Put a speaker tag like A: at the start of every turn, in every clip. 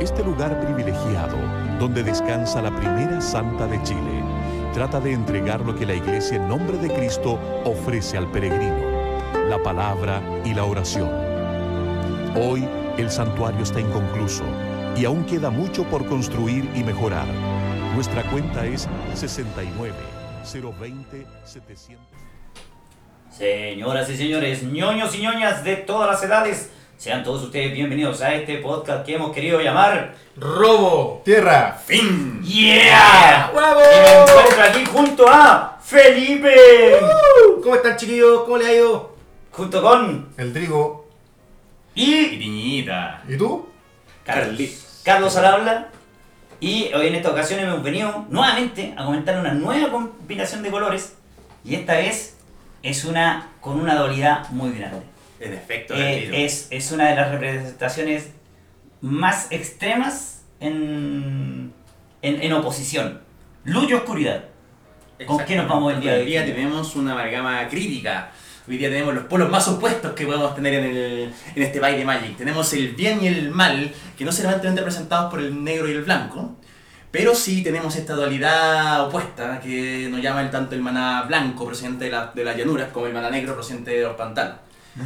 A: Este lugar privilegiado, donde descansa la primera santa de Chile, trata de entregar lo que la Iglesia en nombre de Cristo ofrece al peregrino, la palabra y la oración. Hoy el santuario está inconcluso y aún queda mucho por construir y mejorar. Nuestra cuenta es 69 020 700.
B: Señoras y señores, ñoños y ñoñas de todas las edades, sean todos ustedes bienvenidos a este podcast que hemos querido llamar
C: Robo.
D: Tierra.
C: Fin.
B: Yeah.
C: ¡Bravo!
B: Y me encuentro aquí junto a Felipe,
C: ¿Cómo están chiquillos? ¿Cómo les ha ido?
B: junto con
D: El Drigo.
B: y
C: Piñita.
D: ¿Y tú?
B: Carlos, Carlos al habla. Y hoy en esta ocasión hemos venido nuevamente a comentar una nueva combinación de colores. Y esta vez es una con una dualidad muy grande.
C: En efecto,
B: Eh, es, es una de las representaciones más extremas en, en, en oposición. Luz y oscuridad. ¿Con qué nos vamos el día de hoy?
C: Hoy día tenemos una amalgama crítica. Hoy día tenemos los polos más opuestos que podemos tener en, el, en este baile Magic. Tenemos el bien y el mal, que no serán representados por el negro y el blanco. Pero sí tenemos esta dualidad opuesta que nos llama el, tanto el maná blanco procedente de, la- de las llanuras como el maná negro procedente de los pantanos.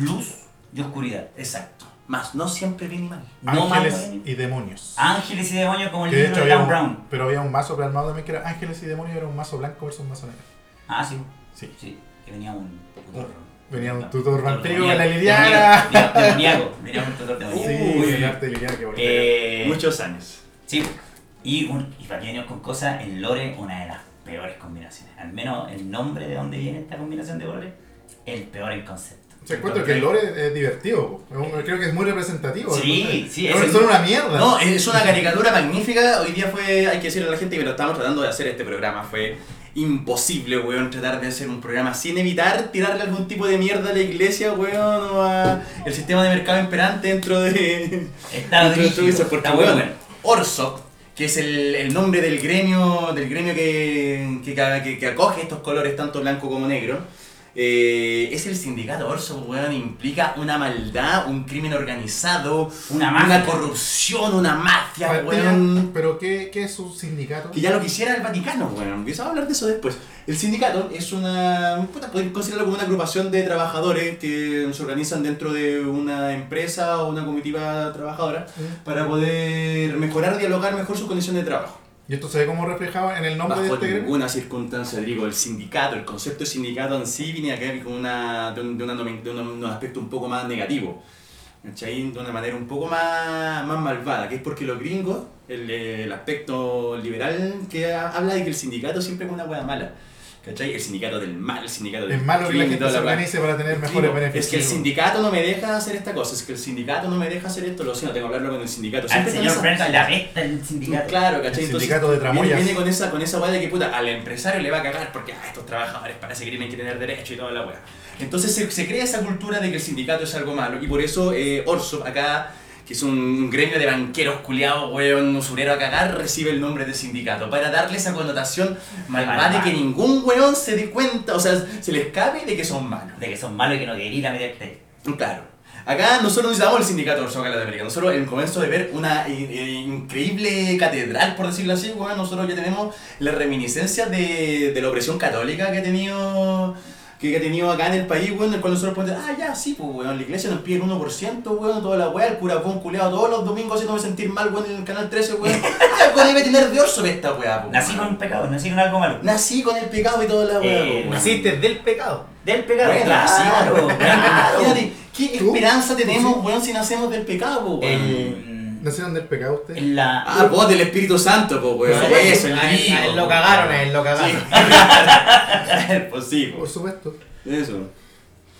B: Luz y oscuridad.
C: Exacto. Más no siempre bien y mal.
B: No más
D: ángeles
B: bueno.
D: y demonios.
C: Ah,
B: Ángeles y demonios como el
D: Que de
B: libro
D: hecho
B: de
D: había
B: Dan
D: un,
B: Brown.
D: pero había un mazo plasmado también que era Ángeles y Demonios, era un mazo blanco versus un mazo negro.
B: Ah, sí.
D: Sí.
B: Sí, que venía un tutor.
D: Venía un tutor vampiro de
B: Demoníaco,
D: la Liliana.
B: demoníaco, Demoníaco, venía un tutor
D: Sí,
B: demoníaco.
D: el arte de Liliana que bonito.
B: Eh,
C: Muchos años.
B: Sí, y, un, y para que venimos con cosas, el lore una de las peores combinaciones. Al menos el nombre de donde viene esta combinación de colores, el peor en concepto.
D: Se encuentra que el lore es divertido. po. Es un- Creo que es muy representativo.
B: Sí,
D: entonces,
B: sí,
D: es
B: es
D: un-
B: el-
D: Son una mierda.
C: No, es una caricatura magnífica. Hoy día fue, hay que decirle a la gente que lo estábamos tratando de hacer este programa. Fue imposible, weón, tratar de hacer un programa sin evitar tirarle algún tipo de mierda a la iglesia, weón, o a el sistema de mercado imperante dentro de.
B: Está
C: dentro de
B: brígido,
C: Ubisoft, porque,
B: está muy
C: weón,
B: bueno.
C: Orsoc, que es el, el nombre del gremio, del gremio que, que, que- que acoge estos colores, tanto blanco como negro. eh, es el sindicato Orsoc, weón, implica una maldad, un crimen organizado,
B: Una mafia.
C: una corrupción, una mafia,
D: Partían-
C: weón.
D: Pero ¿qué, qué es un sindicato?
C: Que ya lo quisiera el Vaticano, weón. Quizás vamos a hablar de eso después. El sindicato es una. Puta, poder considerarlo como una agrupación de trabajadores que se organizan dentro de una empresa o una comitiva trabajadora
D: Mm.
C: para poder mejorar, dialogar mejor su condición de trabajo.
D: Y esto se ve como reflejado en el nombre de
C: Bajo
D: este gremio.
C: ninguna circunstancia, digo, el sindicato, el concepto de sindicato en sí viene acá con una, de, un, de una nomen- de un- un aspecto un poco más negativo, ¿cachai? de una manera un poco más, más malvada, que es porque los gringos, el, eh, el aspecto liberal que ha- habla de que el sindicato siempre es una hueá mala. ¿Cachai? El sindicato del mal, el sindicato del
D: Es malo que la
C: crimen y
D: gente
C: toda
D: se
C: la hueá.
D: organice para tener
C: Digo,
D: mejores
C: es
D: beneficios.
C: que el sindicato no me deja hacer esta cosa, es que el sindicato no me deja hacer esto, lo siento, tengo que hablarlo con el sindicato.
B: Al
C: Siempre están
B: señor
C: esas
B: Brent,
C: tallas.
B: la besta del sindicato.
C: Claro, ¿cachai?
D: El
C: Entonces,
D: sindicato de tramoyas.
C: Viene, viene con esa con esa weá de que puta, al empresario le va a cagar porque ah, estos trabajadores parece que tienen que tener derecho y toda la weá. Entonces se, se crea esa cultura de que el sindicato es algo malo y por eso eh, Orso, acá, que es un gremio de banqueros culiados, weón, usurero a cagar, recibe el nombre de sindicato para darle esa connotación malvada de que ningún weón se dé cuenta, o sea, se le escape de que son malos.
B: De que son malos y que no quería ir a meterte.
C: Claro. Acá nosotros no necesitamos el sindicato de Orsoca Latinoamérica. Nosotros en el comienzo de ver una eh, eh, increíble catedral, por decirlo así, bueno, nosotros ya tenemos la reminiscencia de, de la opresión católica que ha tenido que que ha tenido acá en el país, weón, en el cual nosotros podemos decir, ah, ya, sí, pues, weón, la iglesia nos pide el 1%, weón, toda la weá, el cura fue un culeado todos los domingos haciéndome sentir mal, weón, en el canal 13, weón. Algo debe tener de orso esta weá, pues.
B: Nací con un pecado, nací con algo malo.
C: Nací con el pecado y toda la weá,
B: Eh,
C: pues, weón.
E: Naciste del pecado.
B: Del pecado,
C: Bueno,
B: claro.
C: claro,
B: claro.
C: Imagínate, ¿qué
D: ¿Tú?
C: esperanza tenemos, weón, si nacemos del pecado, po, weón?
B: El-
D: ¿Nacieron del pecado ustedes?
B: en la,
C: Ah, vos del Espíritu Santo, po, weón.
E: Por supuesto,
C: Eso, el
E: a, él, a él lo cagaron, a él lo cagaron.
C: cagaron. Pues sí, po.
D: Por supuesto.
C: Eso.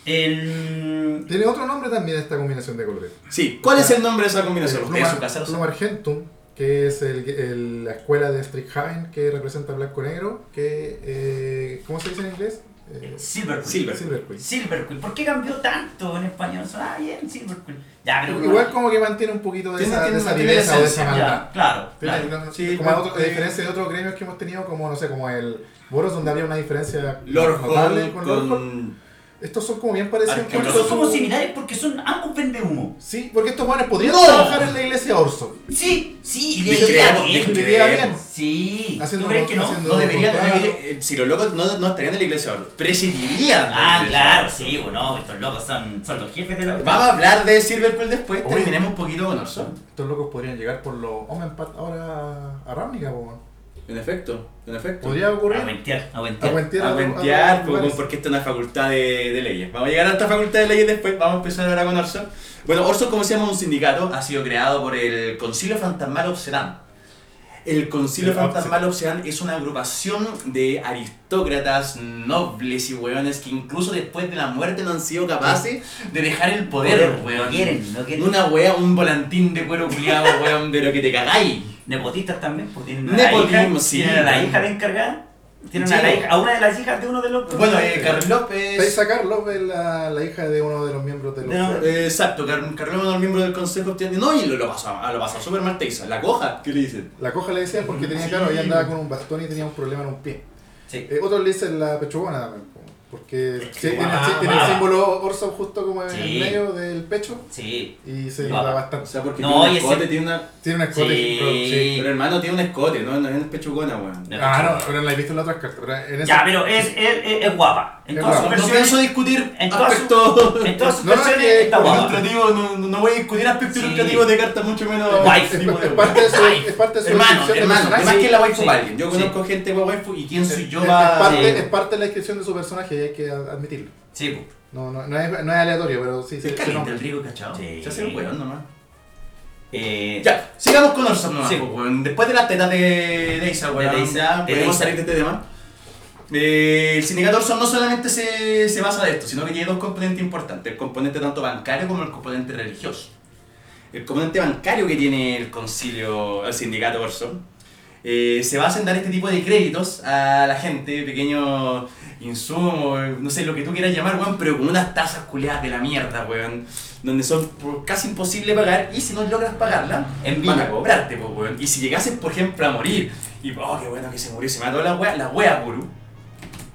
B: el-
D: Tiene otro nombre también esta combinación de colores. Eh,
C: Sí, ¿cuál es el nombre de esa combinación?
D: Plum,
C: ¿Ustedes son casados?
D: Plum Argentum, que es el- el- la escuela de Strixhaven que representa blanco-negro, que... eh, ¿Cómo se dice en inglés? Eh,
B: Silver Queen.
C: Silver.
D: Silver Queen.
B: Silver Quill. ¿Por qué cambió tanto en español? Suena bien Silver Quill. Ya, pero
D: Igual como que mantiene un poquito de
C: Tiene-
D: esa, de
C: tiene-
D: esa
C: tiene
D: viveza o de esa
C: esencia,
D: maldad.
B: Ya, claro,
D: Tiene-
B: claro.
D: no-
C: Sí,
D: como a
C: bueno,
D: otro- a
C: eh,
D: diferencia de otros gremios que hemos tenido, como, no sé, como el Boros, donde había una diferencia
C: Lord
D: notable
C: Hall
D: con
C: con,
D: Lord Hall. Estos son como bien parecidos. en
C: Arqueólogos.
D: cuanto a
B: Son como
D: su-
B: similares porque son ambos vende humo.
D: Sí, porque estos jóvenes podrían
C: ¡No!
D: trabajar en la iglesia Orso.
B: Sí, sí, y
C: Ni
B: le diría
C: creemos,
B: bien.
C: ni-
D: Viviría
C: Creemos.
D: bien.
B: Sí,
D: Haciendo
B: ¿tú crees que no?
D: haciendo-
C: No debería, no
D: Claro.
C: debería- eh, si los locos no, no estarían en la iglesia ahora, presidirían. la
B: Ah,
C: iglesia.
B: claro, sí, bueno, estos locos son, son los jefes de la
C: Vamos a hablar de Silverpool después,
D: Oye.
C: terminemos un poquito con Orson.
D: Estos locos podrían llegar por los Omen Path ahora a Ravnica, po, weón.
C: En efecto, en efecto.
D: Podría
B: a
D: ocurrir.
B: Aguentear,
D: A
B: aguentear.
D: Guentier, a- a- a-
C: Aguentear,
D: a-
C: pues, bueno, porque esta es una facultad de, de leyes. Vamos a llegar a esta facultad de leyes después, vamos a empezar ahora con Orson. Bueno, Orson, como se llama, un sindicato, ha sido creado por el Concilio Fantasmal Obsedán. El Concilio
D: El
C: Fantasmal Obsedán es una agrupación de aristócratas, nobles y hueones que incluso después de la muerte no han sido capaces de dejar el poder,
B: no
C: hueón.
B: quieren, no quieren.
C: Una wea, un volantín de cuero culiado, weón, de lo que te cagáis.
B: Nepotistas también, pues tienen una
C: Nepotismo,
B: hija,
C: sí.
B: tienen a la hija de encargada, tienen a, la
C: Sí.
B: hija, a una de las hijas de uno de los
C: Bueno, eh, Carlos
D: Estáis
C: López.
D: a Carlos, es la, la hija de uno de los miembros de los.
B: De no-
C: eh, exacto, Car- Carlos Manuel, miembro del consejo, obtiene. No, y lo, lo pasó, a- lo pasó súper mal Teiza. La coja, ¿qué le dicen?
D: La coja le decían porque tenía,
C: Sí.
D: claro, ella andaba con un bastón y tenía un problema en un pie.
B: Sí.
D: Eh, otros le dicen la pechugona también, po, porque sí, tiene,
E: guapa.
D: sí, tiene el símbolo Orso justo como en
B: Sí.
D: el medio del pecho
B: Sí,
D: y se
B: Guapa.
D: nota
C: O
D: bastante.
C: sea, porque
B: No,
C: tiene un
B: y ese-
C: escote, tiene una.
D: Tiene una escote.
B: Sí.
D: pero- sí.
C: Pero hermano tiene un escote, no, no es una pechugona, weón.
B: No.
D: Ah, no, pero la he visto en las otras cartas. Pero en esa-
B: ya, pero es, es, es, es guapa. En
D: Es
B: todas sus
D: guapa.
C: No
B: versiones,
C: pienso discutir
B: en todas sus-
C: aspectos
B: en todas sus
D: No, no,
B: versiones
D: que-
B: está guapa.
C: ilustrativos, no, no voy a discutir aspectos
B: Sí.
C: ilustrativos de cartas, mucho menos.
B: Guay.
D: es, es parte de su, es parte de su
C: Hermano,
D: descripción de
C: hermano,
D: personaje.
C: más que la waifu
B: Sí.
C: para alguien. Yo
B: Sí.
C: conozco gente con waifu y quién soy
D: Es-
C: yo
D: es,
C: va-
D: parte,
B: Sí.
D: es parte de la descripción de su personaje y hay que a- admitirlo.
B: Sí, pues.
D: No, no, no, es, no es aleatorio, pero sí, sí.
C: Es
D: sí, no.
C: caliente el rico, cachao.
B: Sí.
C: Se hace el weón nomás.
B: Eh,
C: Ya, sigamos con Orson nomás.
B: Sí.
C: po, weón. Después de la teta de Deisa, weón,
B: De Deisa,
C: ya
B: de Deisa.
C: podemos salir de este tema. Eh, el sindicato Orson no solamente se, se basa de esto, sino que tiene dos componentes importantes: el componente tanto bancario como el componente religioso. El componente bancario que tiene el concilio, el sindicato Orson, eh, se basa en dar este tipo de créditos a la gente, pequeños insumos, eh, no sé, lo que tú quieras llamar, weón, pero con unas tasas culeadas de la mierda, weón, donde son por- casi imposible pagar y si no logras pagarla,
B: En
C: van a
B: vivo.
C: cobrarte, po, weón. Y si llegases, por ejemplo, a morir, y oh, qué bueno que se murió, se mató la wea, la wea, gurú.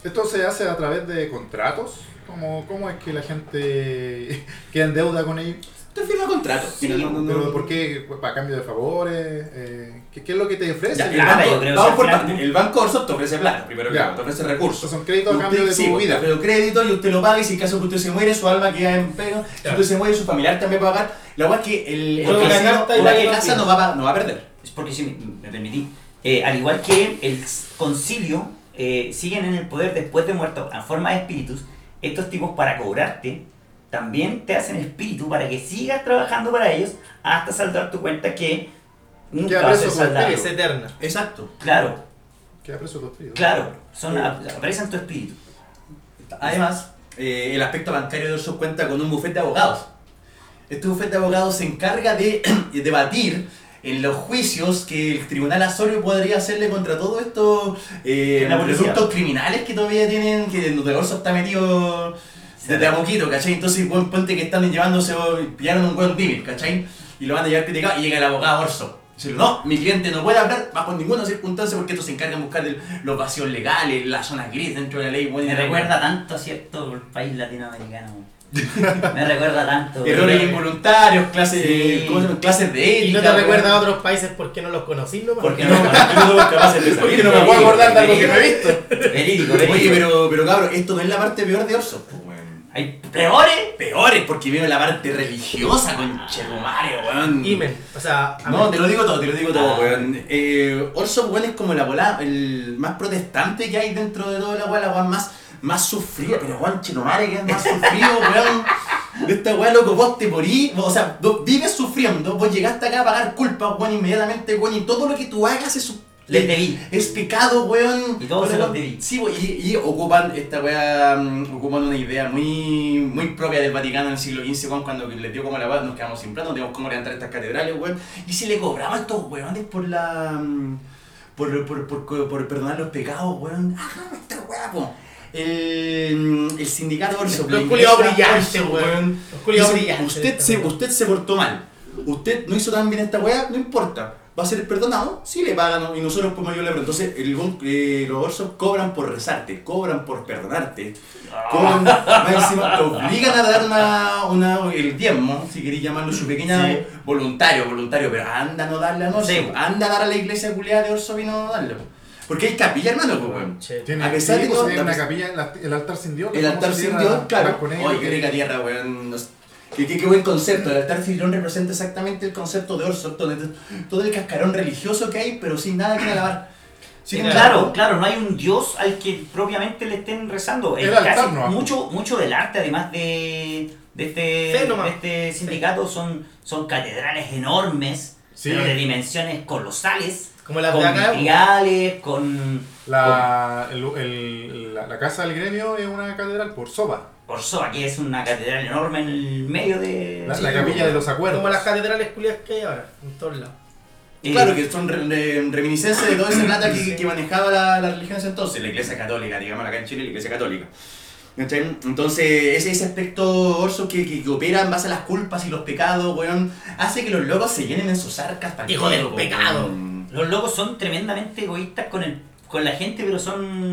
D: Esto se hace a través de contratos. ¿Cómo, cómo es que la gente queda en deuda con ellos?
C: Te firma contrato. Mira, no, no, no.
D: ¿Pero por qué? ¿A cambio de favores? Eh, ¿qué, qué es lo que te
C: Ya,
D: ofrecen?
C: el
B: Plata,
C: banco-
B: yo creo,
C: vamos
B: o sea,
C: por
B: plata.
C: parte. El banco Orso te ofrece plata, primero que
D: Ya.
C: nada, te ofrece recursos.
D: Son créditos a cambio de
C: sí,
D: tu
C: pues,
D: vida.
C: te ofrece crédito y usted lo paga y si en caso que usted se muere, su alma queda en pego. Si
E: Claro.
C: usted se muere, su familiar también va a pagar. La verdad es que el, el
E: Porque la
C: casino,
E: carta y
C: una
E: la
C: que
E: vida
C: casa
E: tiene.
C: no va, a pa- no va a perder.
B: es porque si me, me permití. Eh, al igual que el concilio, eh, siguen en el poder después de muerto a forma de espíritus. Estos tipos para cobrarte también te hacen espíritu para que sigas trabajando para ellos hasta saldar tu cuenta que nunca
D: Queda
B: va a ser
D: preso por
B: saldada.
E: Es eterna.
C: Exacto.
B: Claro,
D: Queda preso tu espíritu.
B: claro, son aprecian tu espíritu.
C: Además, eh, el aspecto bancario de Orso cuenta con un bufete de abogados. Este bufete de abogados se encarga de debatir en los juicios que el tribunal Asorio podría hacerle contra todos estos eh,
B: La policía.
C: productos criminales que todavía tienen, que el Orso está metido desde a poquito, ¿cachai? Entonces, buen ponte que están llevándose, o pillaron un buen deal, ¿cachai? Y lo van a llevar criticado y llega el abogado Orso. Dice, no, mi cliente no puede hablar bajo ninguna circunstancia porque esto se encarga de buscar el- los vacíos legales, las zonas grises dentro de la ley. bueno, y
B: Me
C: la wea.
B: recuerda tanto a cierto país latinoamericano. Me recuerda tanto.
C: Errores involuntarios, clases,
B: Sí.
C: de, ¿cómo se llama? clases de
E: Y
C: ética.
E: no te
C: weón.
E: recuerda a otros países porque no los conocí, ¿no?
B: Porque no,
C: No, yo no soy capaz de
D: Porque
C: saber.
D: no me puedo acordar de algo que no he visto.
B: Verídico, verídico.
C: Oye, pero, pero cabrón, esto no es la parte peor de Orso. pues, weón.
B: Hay peores.
C: Peores, porque viene la parte religiosa con Chetumario, weón.
E: Imen. O sea, amén.
C: No, te lo digo todo, te lo digo todo,
B: Ah.
C: weón. Eh, Orso, weón, es como la bola, el más protestante que hay dentro de toda la weón, la weón más, más sufrida, pero weón, Chetumare, que es más sufrido, weón. De esta weón, loco, vos te morís, vos- o sea, vos vives sufriendo, vos llegaste acá a pagar culpa, weón, inmediatamente, weón, y todo lo que tú hagas es... su-
B: Les debí.
C: Es pecado, weón.
B: Y todos se
C: Weón,
B: los debí.
C: Sí, weón, y, y ocupan, esta weá, mm, ocupan una idea muy, muy propia del Vaticano en el siglo XV, weón, cuando les dio como la weá, nos quedamos sin plata, no tenemos cómo levantar estas catedrales, weón. Y si le cobraban estos weones por la... mm, Por, por, por, por, perdonar los pecados, weón. Ajá, esta weá, po. El, el sindicato Orso.
E: Los
C: la
E: culiados
C: iglesia
E: brillantes,
C: Orso,
E: weón. Los culiados
C: Dice,
E: brillantes.
C: Usted se, usted se portó mal. Usted no hizo tan bien esta weá, no importa. va a ser perdonado si le pagan y nosotros pues, podemos ayudarle. Entonces, el, buen- eh, los orsos cobran por rezarte, cobran por perdonarte,
E: Ah.
C: cobran, más encima te obligan a dar una, una- el diezmo, si queréis llamarlo su pequeña
E: Sí.
C: voluntario, voluntario, pero anda a no darle a Orso,
B: Sí.
C: anda a dar a la iglesia culiada de Orso vino a no darle. po. Porque hay capilla, hermano, pues, weón.
E: Che.
D: Tiene,
C: A pesar de
D: sí, pues,
C: todo,
D: tiene una
C: a pesar-
D: capilla, en la- el altar sin Dios.
C: El altar sin Dios, claro. Oye, qué
D: qué
C: rica tierra, weón. Nos- Qué, qué- qué buen concepto. El altar sin Dios representa exactamente el concepto de Orso, todo, todo el cascarón religioso que hay, pero sin nada que alabar. Sin
B: Claro,
E: Claro.
B: claro, no hay un dios al que propiamente le estén rezando.
D: El
B: Es
D: altar
B: casi
D: nomás.
B: mucho, mucho del arte, además de, de este,
E: Sí, nomás.
B: de este sindicato, son, son catedrales enormes,
D: Sí.
B: pero de dimensiones colosales,
E: Como las
B: con
E: de acá. pues.
B: vitrales, con
D: La, el, el- la, la casa del gremio es una catedral por soba.
B: Orsoa, que es una catedral enorme en el medio de... pues.
D: La,
B: Sí,
D: la capilla de los acuerdos.
E: Como las catedrales culias que hay ahora, en todos lados.
B: eh,
C: Claro que son re- re- reminiscencias de toda esa plata que, que manejaba la, la religión en ese entonces, la iglesia católica, digamos acá en Chile, la iglesia católica. ¿Cachai? Entonces, ese, ese aspecto orso que, que, que opera en base a las culpas y los pecados, weón, hace que los locos se llenen en sus arcas. pa'l
E: Hijo del
C: pico,
E: pecado.
C: weón.
B: Los locos son tremendamente egoístas con, el, con la gente, pero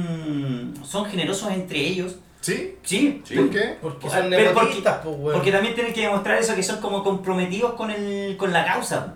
B: son, son generosos entre ellos.
D: ¿Sí?
B: Sí,
C: Sí.
D: ¿Por qué?
E: Porque
B: O sea,
E: son
B: pero porque-
E: nepotistas, pues, weón.
B: Porque también tienen que demostrar eso, que son como comprometidos con, el, con la causa.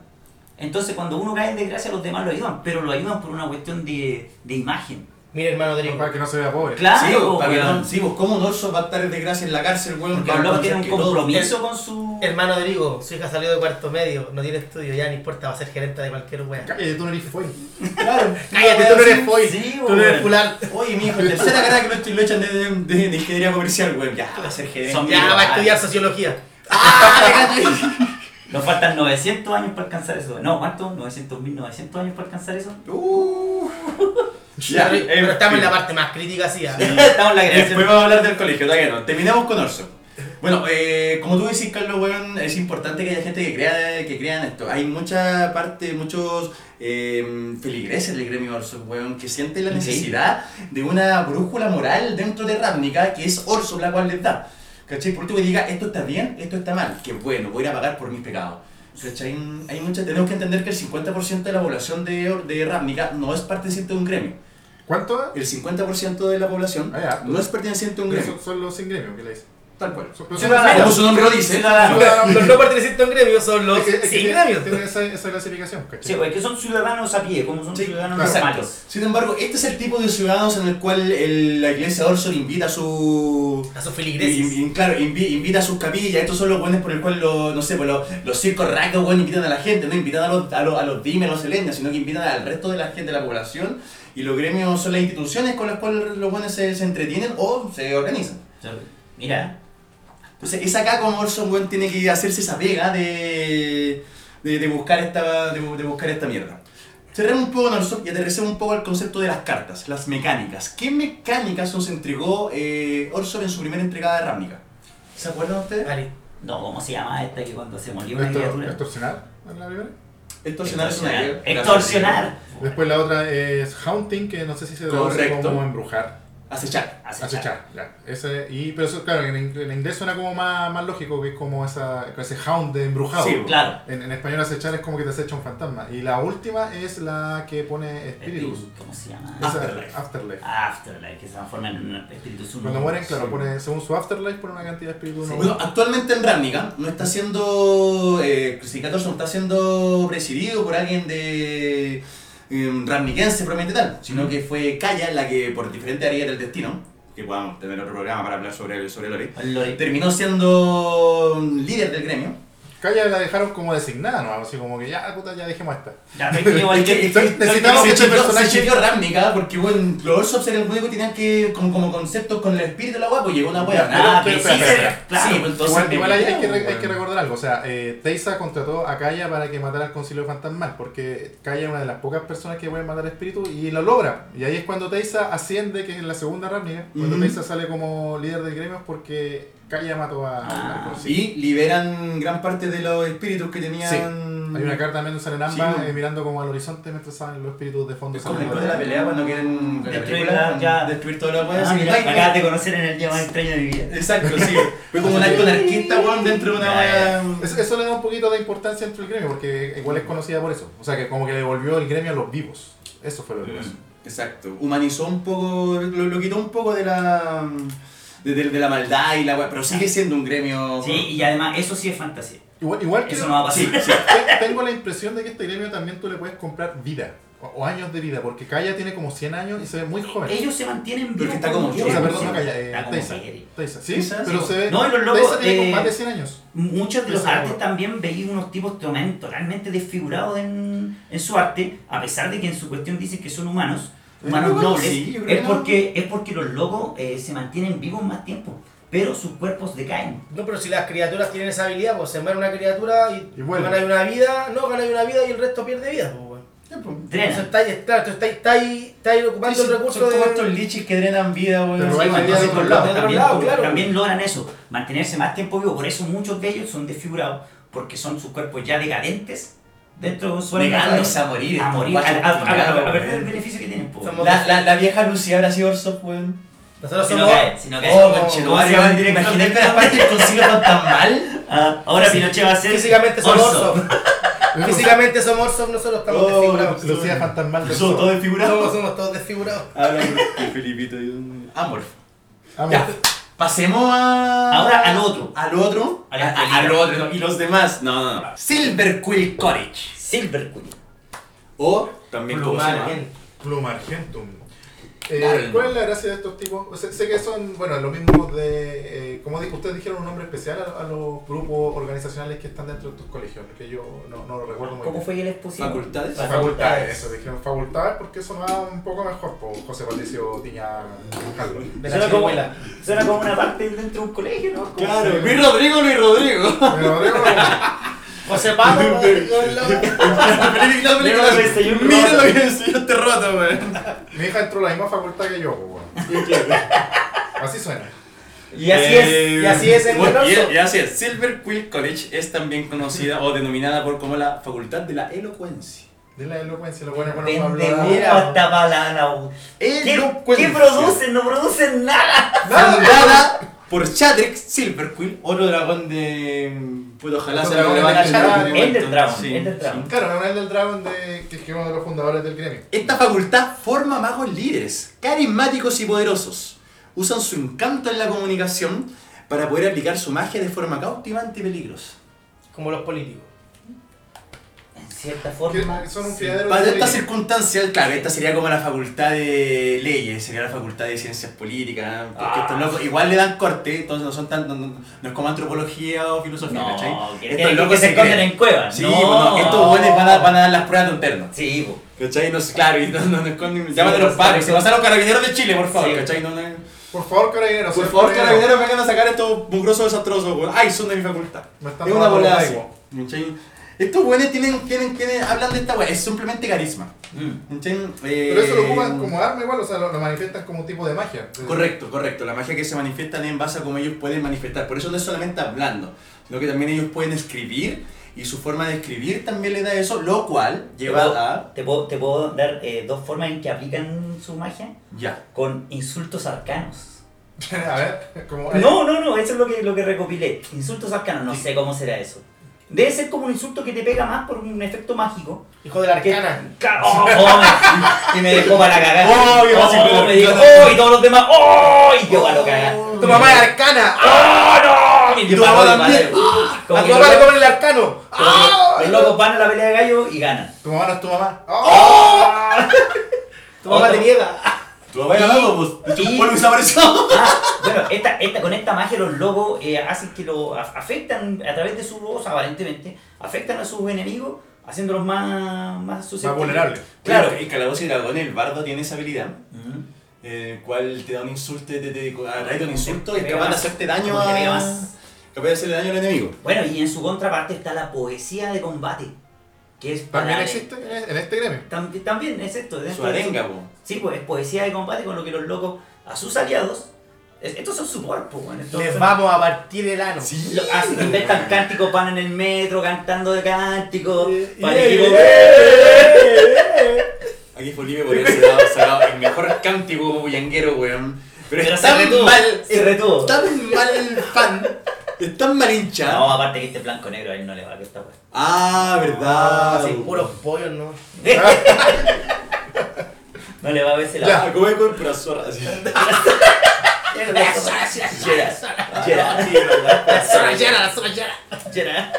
B: Entonces, cuando uno cae en desgracia, los demás lo ayudan, pero lo ayudan por una cuestión de, de imagen.
E: Mira, hermano Drigo.
D: Para que no se vea pobre.
B: Claro,
C: Sí,
B: po,
C: vos, para que
B: weón.
C: no- pues, sí, vos, ¿cómo un orso va a estar en desgracia en la cárcel, weón?
B: porque
C: va a
B: los locos
C: conocer
B: tienen un
C: que todo-
B: compromiso con su.
E: Hermano Drigo, su hija salió de cuarto medio, no tiene estudio, ya no importa, va a ser gerente de cualquier weón.
D: Cállate, eh, tú no eres foil.
C: Claro,
E: Cállate,
C: una
E: tú no
C: weá
E: eres
C: así.
E: foil,
B: sí, pues,
E: tú no eres
B: weón.
E: fular.
C: Oye, mijo, tercera cara que lo, estoy, lo echan de, de, de- de ingeniería comercial, weón. Ya, va a ser gerente.
B: Son
E: Ya va a
B: Igual.
E: estudiar sociología.
C: ¡Ah! te cacho.
B: Nos faltan 900 años para alcanzar eso. No, ¿cuánto? 900, 1900 años para alcanzar eso.
C: Uh.
E: pero,
C: en
E: pero estamos en
C: fin.
E: la parte más crítica, sí. ah.
B: Estamos en la
C: Eh, Después
B: creación.
C: vamos a hablar del colegio, todavía no. Terminamos con Orso. Bueno, eh, como tú decís, Carlos, weón, es importante que haya gente que crea, que crea en esto. Hay mucha parte, muchos eh, feligreses del gremio Orso, weón, que sienten la
B: Sí.
C: necesidad de una brújula moral dentro de Ravnica, que es Orso la cual les da. ¿Cachai? Por último, que diga, esto está bien, esto está mal. Que bueno, voy a ir a pagar por mis pecados. ¿Cachai? Hay mucha, tenemos que entender que el 50% de la población de, Or- de Ravnica no es perteneciente a un gremio.
D: ¿Cuánto?
C: El 50% de la población
D: Ah, ya.
C: no es perteneciente a un gremio.
D: Son, son los sin gremio que le dicen.
C: Tal cual.
D: Son- son-
C: Como su nombre lo dice.
B: Ciudadanos.
E: Los no pertenecientes a un gremio son los
D: Es que- es que
E: sin
D: tiene-
E: gremio.
D: Tiene esa, esa clasificación, ¿cachai?
B: Sí, güey, que son ciudadanos a pie, como son
C: Sí,
B: ciudadanos
D: exacto.
B: normales.
C: Sin embargo, este es el tipo de ciudadanos en el cual el- la iglesia Orson invita a su.
E: A sus
C: in-
E: feligreses.
C: in- claro, invi- invita a sus capillas. Estos son los buenos por el cual los, no sé, pues los, los circos racos bueno, invitan a la gente, no invitan a los, a los, a los dimes, a los selenias, sino que invitan al resto de la gente, de la población. Y los gremios son las instituciones con las cuales los buenos se, se entretienen o se organizan.
B: Mira,
C: Entonces, es acá como Orson Welles tiene que hacerse esa pega de, de, de buscar, esta, de, bu- de buscar esta mierda. Cerremos un poco en Orson y aterricemos un poco al concepto de las cartas, las mecánicas. ¿Qué mecánicas nos entregó eh, Orson en su primera entregada de Ravnica? ¿Se acuerdan ustedes?
E: Ari,
B: no, ¿cómo se llama esta que cuando se molió una
D: Extor-
B: criatura?
D: Extorsionar en la primera.
C: Extorsionar es una
B: Extorsionar.
D: Después la otra es Haunting, que no sé si se traduce
C: Correcto.
D: como embrujar,
C: Acechar.
D: acechar. ya. Ese, y, pero eso, claro, en, ing- en inglés suena como más, más lógico, que es como esa, ese hound de embrujado.
C: Sí.
B: Claro.
D: En, en español acechar es como que te acecha un fantasma. Y la última es la que pone espíritus.
B: ¿Cómo se llama?
D: Esa-
C: Afterlife.
D: afterlife.
B: Afterlife, que se transforma en un espíritu sumo.
C: Ah,
D: Cuando mueren, claro,
B: Sí.
D: pone, según su afterlife, pone una cantidad de espíritus.
B: Sí.
D: no-
C: Bueno, actualmente en Ravnica no está siendo. Eh, Crucificator no está siendo presidido por alguien de. Eh, Ravniquense, probablemente tal, sino que fue Kaya la que, por diferentes áreas del destino, que podamos tener otro programa para hablar sobre, sobre Lore,
B: El Lore.
C: terminó siendo líder del gremio.
D: Calla la dejaron como designada, ¿no? Así como que ya, puta, ya dejemos esta.
B: Ya, me escribo al que-
D: que- necesitamos
C: se
D: que este
C: chivió-
D: personaje-
C: Se chivió Ravnica, porque bueno, los Orsops eran el único que tenían que, como, como conceptos con el espíritu de la guapo, llegó una wea.
B: Ah, que
D: Pero,
B: sí,
D: pero, pero,
B: se-
C: Sí,
B: claro. Ah,
C: pues entonces.
D: igual igual ahí hay, que, re- hay
C: bueno.
D: que recordar algo, o sea, eh, Teisa contrató a Kaya para que matara al concilio fantasmal, porque Kaya es una de las pocas personas que pueden matar espíritus y lo logra. Y ahí es cuando Teisa asciende, que es en la segunda Ravnica, cuando
C: Ujú.
D: Teisa sale como líder del gremio es porque Kaya mató a,
B: Ah,
D: al concilio.
C: Y liberan gran parte de los espíritus que tenían un.
D: Hay una carta también de Sarenamba
C: Sí.
D: eh, mirando como al horizonte mientras salen los espíritus de fondo.
C: Es como
D: saliendo
C: después
D: de-
C: de la pelea cuando quieren.
B: Destruir
C: Destruir,
B: la- ya.
C: destruir todo lo que
B: Ah, mira, me acabas de conocer en el día más extraño de mi vida.
C: Exacto, sí. Fue como un acto anarquista, weón, dentro de una
B: Ya,
C: wea.
D: Es- Eso le da un poquito de importancia dentro del gremio, porque igual
B: Mm.
D: es conocida por eso. O sea, que como que le devolvió el gremio a los vivos. Eso fue lo
B: Mm.
D: que pasó.
C: Exacto. Humanizó un poco, lo, lo quitó un poco de la. De, de- de la maldad y la wea, pero sigue siendo un gremio.
B: Sí, y además eso sí es fantasía.
D: Igual, igual que
B: Eso no va a pasar.
C: Sí, sí.
D: te- tengo la impresión de que este gremio también tú le puedes comprar vida o, o años de vida, porque Kaya tiene como 100 años y se ve muy joven.
B: Ellos se mantienen
C: Porque
B: vivos.
C: está como
D: o
B: quieren.
D: sea,
C: quiere,
D: perdón, no Kaya, eh,
B: Está como
D: Teisa.
B: quiere.
D: Teisa, ¿sí?
C: Teisa,
D: pero
C: sí.
D: se ve.
B: No, y los locos,
D: Teisa tiene como
B: eh,
D: más de 100 años.
B: Muchos de los
D: Eso no.
B: artes también veían unos tipos toman- totalmente desfigurados en, en su arte, a pesar de que en su cuestión dicen que son humanos,
C: Yo
B: humanos
C: creo que
B: nobles.
C: sí, yo creo
B: es,
C: que no.
B: porque, es porque los lobos eh, se mantienen vivos más tiempo, pero sus cuerpos decaen.
E: No, pero si las criaturas tienen esa habilidad, pues se muere una criatura y,
D: Y vuelve.
E: ganáis una vida, no ganáis una vida y el resto pierde vida, pues, weón. Entonces
B: Drenan.
E: estáis, claro, entonces estáis, estáis, estáis ocupando el recurso
C: Son como estos
E: de.
C: liches que drenan vida, weón.
D: Te
C: Sí,
D: robáis la vida de
C: entonces,
D: otro
C: por
D: lado.
C: lado,
B: También,
E: lado, claro.
B: también logran eso, mantenerse más tiempo vivo. Por eso muchos de ellos son desfigurados, porque son sus cuerpos ya decadentes dentro de su
C: Negándose a morir,
B: A
C: estos
B: morir, a,
C: guachos
B: a- a- a- a
C: culiados,
B: perder el
C: weón.
B: beneficio que tienen. pues. po.
E: Somos-
C: La, la, la vieja Lucía habrá sido Orsof, weón.
E: Nosotros
B: Si no
E: somos.
B: cae, si no cae.
C: Oh,
B: ¿Cómo se
C: conchetumare,
B: llama el
C: weón.
B: director? este?
C: Imagínate las partes con Silverman tan mal.
B: Ah, ahora Pinochet va a ser.
E: Físicamente somos
B: Orso.
E: Orson. Físicamente somos Orson, nosotros estamos
C: Oh,
E: desfigurados.
D: Lucía Fantasmal del
C: Son
D: Sol.
C: todos desfigurados.
E: Somos, somos todos desfigurados.
C: Habla con Felipito y un...
B: Ah,
C: Amor.
D: Vamos.
C: Ya. Ah, Pasemos a...
B: Ahora al otro.
C: Al otro.
B: Al-
C: A- a- al otro. ¿no? Y los demás. No, no, no. Silver Quill Cottage.
B: Silver Queen.
C: O también como se
E: Plumar,
C: llama.
B: ¿eh?
E: bien.
D: Pluma Argentum.
C: Claro.
D: Eh, ¿Cuál es la gracia de estos tipos? O sea, sé que son, bueno, lo mismo de, eh, como di- ustedes dijeron, un nombre especial a, a los grupos organizacionales que están dentro de estos colegios, que yo no, no lo recuerdo muy
B: ¿Cómo
D: bien.
B: fue que les pusieron?
C: Facultades.
B: Fa-
D: Facultades, eso, dijeron facultades porque sonaba un poco mejor, po, José Patricio Tiña Carlos.
E: De la
B: Suena como,
E: chihuila.
B: suena como una parte dentro de un colegio, ¿no? Como-
D: Claro.
C: Luis Rodrigo, Luis Rodrigo.
D: Pero digo,
E: José Pablo. ¿no? Hola.
C: La película, la película.
B: Mira lo que enseñó un
C: Mira
B: roto.
C: lo que enseñó este roto, weón.
D: mi hija entró a la misma facultad que yo, po, weón. Así suena.
E: Y así es, y así es en
C: bueno,
E: el
C: y,
E: Orson.
C: Eh, y así es. Silver Quill College es también conocida o denominada por como la Facultad de la Elocuencia.
D: De la elocuencia, lo bueno, bueno,
B: Vende
D: hablar.
B: humo hasta palana. ¿Qué, ¿Qué producen? No producen nada.
C: Fundada por Chadrick Silverquill, otro dragón de. Pues ojalá
D: Otro
C: sea
D: dragón de
C: relevante en algún
D: Dragon.
C: momento.
B: Ender Dragon,
C: Sí,
B: Ender Dragon.
D: Claro, la del Dragon, de, que es uno de los fundadores del gremio.
C: sí. Esta facultad forma magos líderes, carismáticos y poderosos. Usan su encanto en la comunicación para poder aplicar su magia de forma cautivante y peligrosa.
E: Como los políticos.
B: En cierta
D: Que
B: forma.
D: son un
B: sí.
D: fiadero
C: Para
D: de
C: estas
D: ley.
C: circunstancias, claro, esta sería como la facultad de leyes, sería la facultad de ciencias políticas, porque
B: Ah.
C: estos locos igual le dan corte, entonces no son tan, no, no- no es como antropología o filosofía, ¿cachai?
B: No, que,
C: Estos
B: que-
C: locos
B: que se
C: se
B: esconden
C: creen.
B: en cuevas.
C: Sí,
B: no.
C: pues no, estos buenos van a, van a dar las pruebas de un terno.
B: Sí, po.
C: ¿Cachai? No, sé, claro, y no, no, no esconden. Llaman a los
B: sí,
C: padres,
B: sí.
C: se pasaron carabineros de Chile, por favor,
B: Sí.
C: ¿cachai? No, no-
D: Por favor, carabineros.
C: Por
D: señor
C: favor, carabineros, vengan a sacar estos mugrosos desastrosos, weón. Ay, son de mi facultad.
D: Me están
C: es una
D: robando
C: volada
D: los
C: así.
D: daigos.
C: ¿cachai? Estos weones tienen, tienen, tienen, hablan de esta weá, es simplemente carisma.
B: Mm.
C: ¿Cachai?
D: Pero eso lo
C: Eh,
D: ocupan como arma igual, o sea, lo, lo manifiestan como un tipo de magia.
C: Correcto, correcto. La magia que se manifiesta en base a cómo ellos pueden manifestar. Por eso no es solamente hablando, sino que también ellos pueden escribir y su forma de escribir también le da eso, lo cual
B: Te
C: lleva
B: puedo-
C: a.
B: Te puedo, te puedo dar eh, dos formas en que aplican su magia
C: Ya.
B: con insultos arcanos.
D: A ver, como... eh,
B: No, no, no, eso es lo que, lo que recopilé. Insultos arcanos, no sé cómo será eso. Debe ser como un insulto que te pega más por un efecto mágico.
E: Hijo de la arcana.
B: Ca- Oh, oh, y me dejó para cagar.
C: Oh, qué básico,
B: oh, me dijo,
C: claro.
B: oh, y todos los demás, oh, y yo para cagar.
E: Tu mamá es arcana.
B: ¡Oh, no! Y
C: Tu
B: paró
C: mamá
B: de
C: también.
B: parar. Como
E: A
B: que
E: tu mamá
B: los-
E: le comen el arcano.
B: como que Los locos van a la pelea de gallo y ganan.
D: Tu mamá no es tu mamá. Oh,
E: Tu mamá
B: Otro-
E: te niega.
C: Tú vas
B: abajo, pues. De hecho, un polvo
C: desaparecido.
B: Ah, bueno, esta, esta, con esta magia los lobos eh, hacen que lo af- afectan a través de su voz, aparentemente, afectan a sus enemigos, haciéndolos más, más
D: Más
B: susceptibles.
D: vulnerable.
C: Claro, el calabozo y dragón, el bardo tiene esa habilidad.
B: Ujú.
C: El cual te da un insulto, te, te, te- a raíz de un insulto
B: Te
C: es
B: pega
C: capaz de
B: más.
C: hacerte daño
B: Como que
C: a-
B: pega más.
C: Capaz de hacerle daño al enemigo.
B: Bueno, y en su contraparte está la poesía de combate, que es para-
D: También existe en en este gremio.
B: Tam- también es esto.
C: Su
B: dentro de-
C: arenga, po.
B: Sí, pues es poesía de combate con lo que los locos a sus aliados Es- Estos son su cuerpo, weón. estos
E: Les
B: son-
E: vamos a partir el ano.
C: Sí.
B: Lo- hacen- Inventan cánticos, van en el metro cantando de cánticos. van
E: eh,
B: equipo-
C: Aquí Felipe podría ser dado- sacado el mejor cántico bullanguero, weón. Pero,
B: Pero
C: es
B: se
C: tan
B: retuvo,
C: mal,
B: se retuvo.
C: es tan mal el fan, es tan mal hincha.
B: No, aparte que este blanco negro a él no le va a que esta weón.
C: Ah, verdad.
E: Así, puros pollos, ¿no?
B: No le va a ver ese lado.
C: Ya, come Ah, con pero zorra. así. Ah,
B: Gerard. Gerard.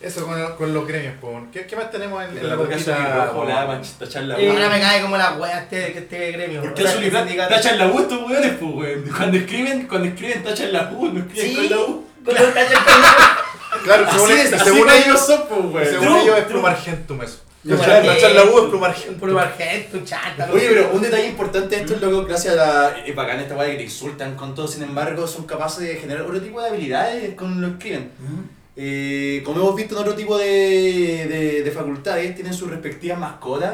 D: Eso con, con los gremios, po. ¿Qué, ¿Qué más tenemos en, en
C: La
D: la
C: boca azul y
D: boquita?
C: rojo, la manchita charla.
E: Y
C: weón.
E: Ahora me cae como la wea este, que este gremio.
C: ¿Por qué
E: O sea,
C: azul y
E: este
C: blanco?
E: sindicato.
C: Tachan la U estos weones, pues, weón. Cuando escriben, cuando escriben, tachan la U, no escriben
B: Sí.
C: con la U.
B: Con los tachos que-
D: Claro,
C: Así
D: según,
C: es, así
D: según
C: como
D: ellos,
C: son, pues, weón.
D: según
B: True,
D: ellos es
B: true.
D: pluma argentum eso.
C: Pluma
D: Tachar- tachar la U es pluma
E: Un
D: argentum.
E: puro argento, chata.
C: Oye, pero un detalle importante de estos locos, gracias a la. Es bacán esta weá de que te insultan con todo, sin embargo, son capaces de generar otro tipo de habilidades con lo que escriben. Eh, como hemos visto en otro tipo de, de, de facultades, tienen sus respectivas mascotas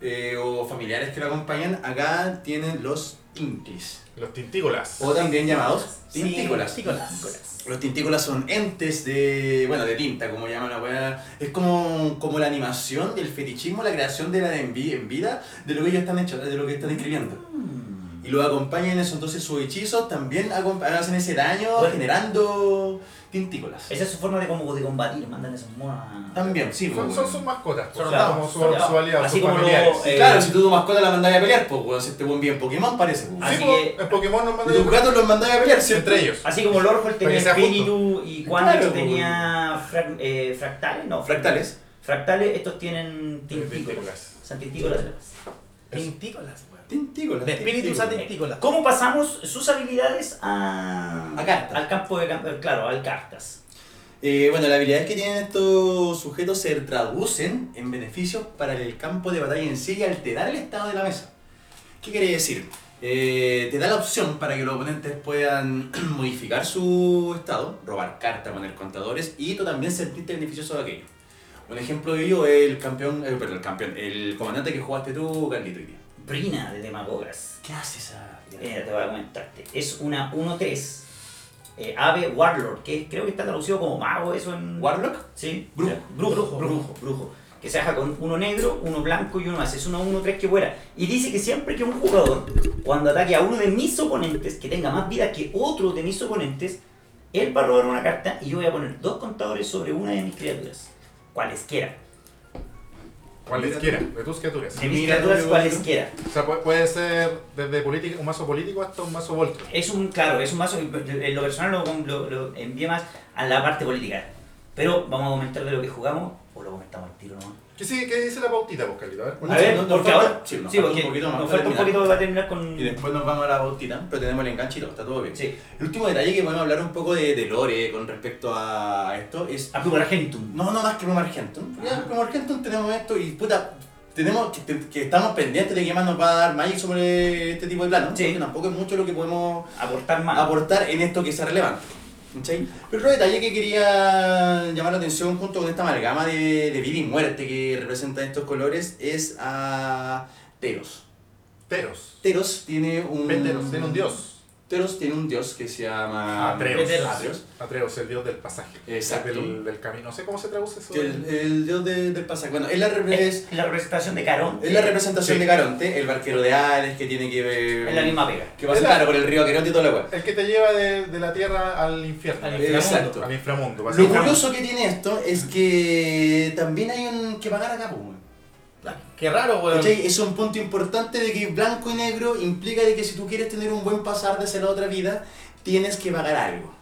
C: eh, o familiares que lo acompañan. Acá tienen los tintis,
D: Los tintícolas.
C: o también llamados tintícolas.
E: Tintícolas.
C: Los tintícolas son entes de. bueno, de tinta, como llaman la weá. Es como, como la animación del fetichismo, la creación de la de en, vi- en vida de lo que ellos están hechos, de lo que están escribiendo. Y los acompañan en eso, entonces sus hechizos también acompa- hacen ese daño
B: Bueno.
C: generando tintícolas.
B: Esa es su forma de como de combatir, mandan esos monos a-
C: También, sí,
D: Son,
C: pues,
D: son
C: weón.
D: sus mascotas, po.
E: Son
D: Son como
E: dados,
D: su,
E: son dados.
D: su aliado,
B: Así
D: sus
B: como los,
D: familiares.
B: eh,
C: Claro, si tú tu mascota la mandáis a pelear, pues weón, si este buen bien Pokémon parece, pues,
B: así
D: Sí, po,
B: que-
D: en Pokémon nos
C: weón. Y tus
D: mandan
C: gatos los mandáis a pelear, ¿cierto?
D: entre ellos.
B: Así como Lorhol tenía
D: que sea justo.
B: espíritu y Quandax
C: Claro, pues.
B: tenía frac- eh, fractales, no,
C: Fractales.
B: fractales, estos tienen tintícolas.
D: Tintícolas.
B: Son tintícolas.
E: Tintícolas, weón.
C: Tintícolas.
E: De espíritus a
C: tintícolas.
E: tintícolas.
B: ¿Cómo pasamos sus habilidades a,
C: A cartas.
B: al campo de campo? Claro, al cartas.
C: Eh, bueno, las habilidades que tienen estos sujetos se traducen en beneficios para el campo de batalla en sí y alterar el estado de la mesa. ¿Qué quiere decir? Eh, te da la opción para que los oponentes puedan modificar su estado, robar cartas, poner contadores y tú también sentirte beneficioso de aquello. Un ejemplo de ello es el campeón, eh, perdón, el campeón, el comandante que jugaste tú, Carlito, hoy día.
B: Brina de Demagogas.
C: ¿Qué haces a...
B: Eh, te voy a comentarte. Es una 1-3. eh, ave Warlord, que creo que está traducido como mago eso en...
C: ¿Warlock?
B: Sí,
C: Brujo.
B: brujo, brujo,
E: Brujo.
B: brujo, Que se baja con uno negro, uno blanco y uno más. Es uno, uno, tres que fuera. Y dice que siempre que un jugador, cuando ataque a uno de mis oponentes, que tenga más vida que otro de mis oponentes, él va a robar una carta y yo voy a poner dos contadores sobre una de mis criaturas. Cualesquiera.
D: Cualesquiera, de tus criaturas.
B: De mis
C: Mira,
B: criaturas,
C: doble
B: cualesquiera.
D: O sea, pu- puede ser desde política- un mazo político hasta un mazo voltro.
B: Es un, claro, es un mazo, en lo personal lo, lo, lo envié más a la parte política. Pero vamos a comentar de lo que jugamos, o lo comentamos al tiro nomás.
D: ¿Qué, sigue- qué dice la pautita, pues, Carlito? A ver.
B: A ver,
C: Nos
B: porque
C: falta-
B: ahora.
C: sí, nos
B: Sí,
C: falta
B: porque
C: un poquito más
B: nos
C: para
B: falta un
C: terminar.
B: poquito para terminar con.
C: Y después nos vamos a la bautita, pero tenemos el enganche y todo, está todo bien.
B: Sí.
C: El último detalle que podemos hablar un poco de, de lore con respecto a esto es...
B: A Pluma Argentum.
C: No, no más que Pluma Argentum. Ya, Pluma Argentum tenemos esto y puta, tenemos que, que estamos pendientes de qué más nos va a dar Magic sobre este tipo de planos.
B: Sí.
C: porque Tampoco es mucho lo que podemos
B: Aportar más.
C: aportar en esto que sea relevante. ¿cachai? Pero otro detalle que quería llamar la atención junto con esta amalgama de, de vida y muerte que representan estos colores es a Teros.
D: Teros.
C: Teros tiene un...
D: Peteros, tiene un dios.
C: Teros tiene un dios que se llama
D: Atreus.
E: Peteros.
C: Atreus.
D: Atreus, el dios del pasaje.
C: Ah, Exacto.
D: Del, del camino. No sé cómo se traduce eso.
C: Que el, el dios de- del pasaje. Bueno, es la, re-
B: Es
C: es,
B: la representación de Carón.
C: es la representación
D: Sí.
C: de Caronte, el barquero de Hades que tiene que ver.
B: Es la misma pega.
C: Que pasa,
D: Es la-
C: claro, por el río Caronte y toda la weá.
D: El que te lleva de, de la tierra al infierno.
E: Al infierno.
C: Exacto.
D: Al inframundo,
C: Lo
D: básicamente.
C: curioso que tiene esto es que también hay un que pagar acá, pues, weón.
E: Qué raro, weón.
C: ¿Cachai? Es un punto importante de que blanco y negro implica de que si tú quieres tener un buen pasar de ser a otra vida, tienes que pagar algo.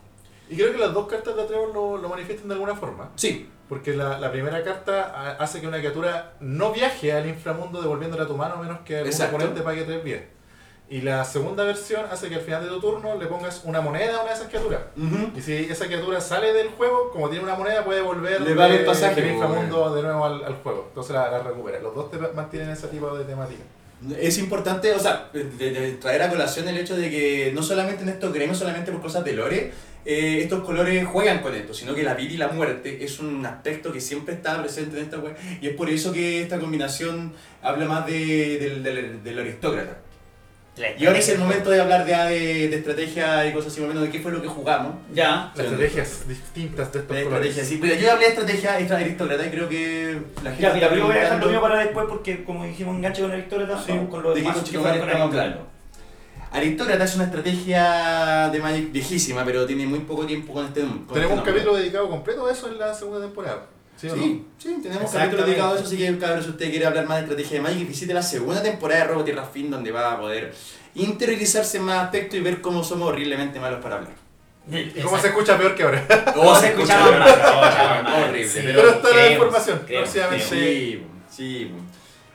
D: Y creo que las dos cartas de Atreus lo, lo manifiestan de alguna forma.
C: Sí,
D: Porque la, la primera carta ha- hace que una criatura no viaje al inframundo devolviéndola a tu mano a menos que algún
C: Exacto.
D: oponente pague tres vidas. Y la segunda versión hace que al final de tu turno le pongas una moneda a una de esas criaturas.
C: Ujú.
D: Y si esa criatura sale del juego, como tiene una moneda, puede volver
C: Le vale el
D: de-
C: pasaje, pues,
D: del
C: po,
D: inframundo de nuevo al, al juego. Entonces la, la recupera. Los dos te mantienen ese tipo de temática.
C: Es importante, o sea, de- de traer a colación el hecho de que no solamente en estos gremios, solamente por cosas de lore, eh, estos colores juegan con esto, sino que la vida y la muerte es un aspecto que siempre está presente en esta web y es por eso que esta combinación habla más de, del, del- del aristócrata.
B: La
C: Y ahora es el momento de hablar ya de, de estrategia y cosas así, más o menos, de qué fue lo que jugamos.
B: Ya.
D: Las estrategias distintas de estos
C: De
D: colores.
C: estrategia, sí. Mira, yo ya hablé de estrategia extra aristócrata y creo que la gente.
B: Ya, mira,
C: está
B: pero yo voy a dejar lo
C: preguntando-
B: mío para después porque, como dijimos, enganche con la victoria,
C: Sí.
B: vamos con los
C: ¿De qué
B: demás que
C: constitución
B: juegan con
C: estamos
B: Aristóteles.
C: hablando? Aristócrata es una estrategia de Magic viejísima, pero tiene muy poco tiempo con este. con este
D: Tenemos un
C: nombre.
D: capítulo dedicado completo a eso en la segunda temporada. ¿Sí o
C: Sí, sí, tenemos
E: Exactamente.
C: capítulo dedicado a eso, así que cabrón, si usted quiere hablar más de estrategia de Magic, visite la segunda temporada de Robo Tierra Fin, donde va a poder interiorizarse en más aspectos y ver cómo somos horriblemente malos para hablar. Oh,
D: no? ¿Y cómo se escucha peor que ahora?
B: No se escuchaba más, no, escuchaba más.
C: horrible.
E: Sí.
D: Pero está la
B: creo,
D: información.
B: creo,
D: Próximamente.
C: Sí, sí.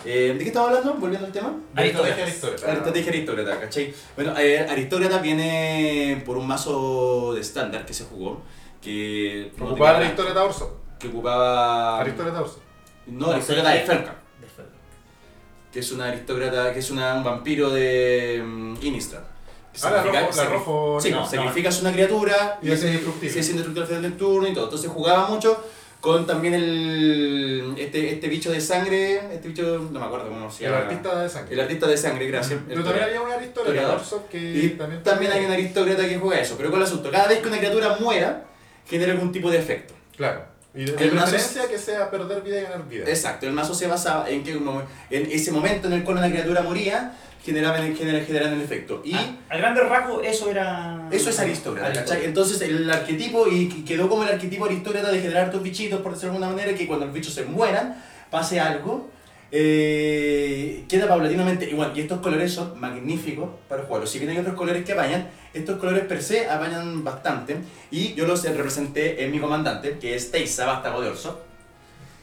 C: Eh, ¿De qué estamos hablando? Volviendo al tema.
B: Aristóteles.
C: La estrategia aristócrata, ¿cachai? Bueno, eh, aristócrata viene por un mazo de estándar que se jugó. Que no
D: Ocupar
C: tenía-
D: Aristóteles Orso.
C: Que ocupaba.
D: Aristóteles Orso.
C: No, aristócrata de Ferca.
E: De Ferca.
C: Que es una aristócrata, que es una, un vampiro de mm, Innistrad. Que
D: Ah, la
C: significa-
D: rojo- la
C: significa-
D: rojo-
C: Sí,
B: no, no.
C: sacrificas una criatura
D: Y es indestructible.
C: Sí, es indestructible al final del turno y todo. Entonces jugaba mucho con también el. Este, este bicho de sangre. Este bicho, no me acuerdo cómo se
D: El
C: llama.
D: artista de
C: El
D: sangre.
C: artista de sangre, gracias.
D: Pero también había un Aristóteles
C: historiador.
D: Orso que
C: Y
D: también.
C: también hay un aristócrata que juega eso, pero con el asunto, cada vez que una criatura muera, genera algún tipo de efecto.
D: Claro. Y de
C: El mazo-
D: preferencia que sea perder vida y ganar vida.
C: Exacto, el mazo se basaba en que uno- en ese momento en el cual una criatura moría, generaban, genera- generan el efecto. Y
B: Ah, a grandes rasgos, eso era.
C: eso es aristócrata, ¿cachai?
B: Aristóteles.
C: Entonces el arquetipo, y que- quedó como el arquetipo aristócrata de generar tus bichitos, por decirlo de alguna manera, que cuando los bichos se mueran, pase algo. eh, queda paulatinamente igual y estos colores son magníficos para jugarlos si bien hay otros colores que apañan estos colores per se apañan bastante y yo los representé en mi comandante que es Teisa Vástago de Orso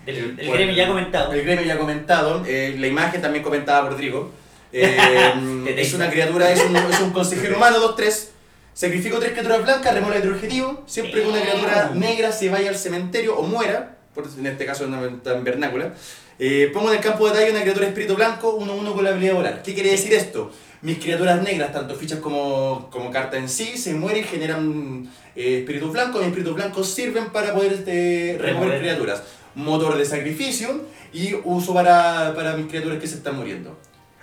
B: Del, del
C: Bueno,
B: gremio ya comentado.
C: el gremio ya comentado, eh, la imagen también comentada por Rodrigo. Eh, es una criatura, es un, es un consejero humano, 2-3. Sacrifico tres criaturas blancas, remola el objetivo. Siempre que una criatura negra se vaya al cementerio o muera, por, en este caso una en vernácula, eh, pongo en el campo de batalla una criatura espíritu blanco 1-1 con la habilidad de volar. ¿Qué quiere decir esto? Mis criaturas negras, tanto fichas como, como carta en sí, se mueren y generan eh, espíritus blancos. Y espíritus blancos sirven para poder este, remover
B: Remover.
C: criaturas. Motor de sacrificio y uso para, para mis criaturas que se están muriendo.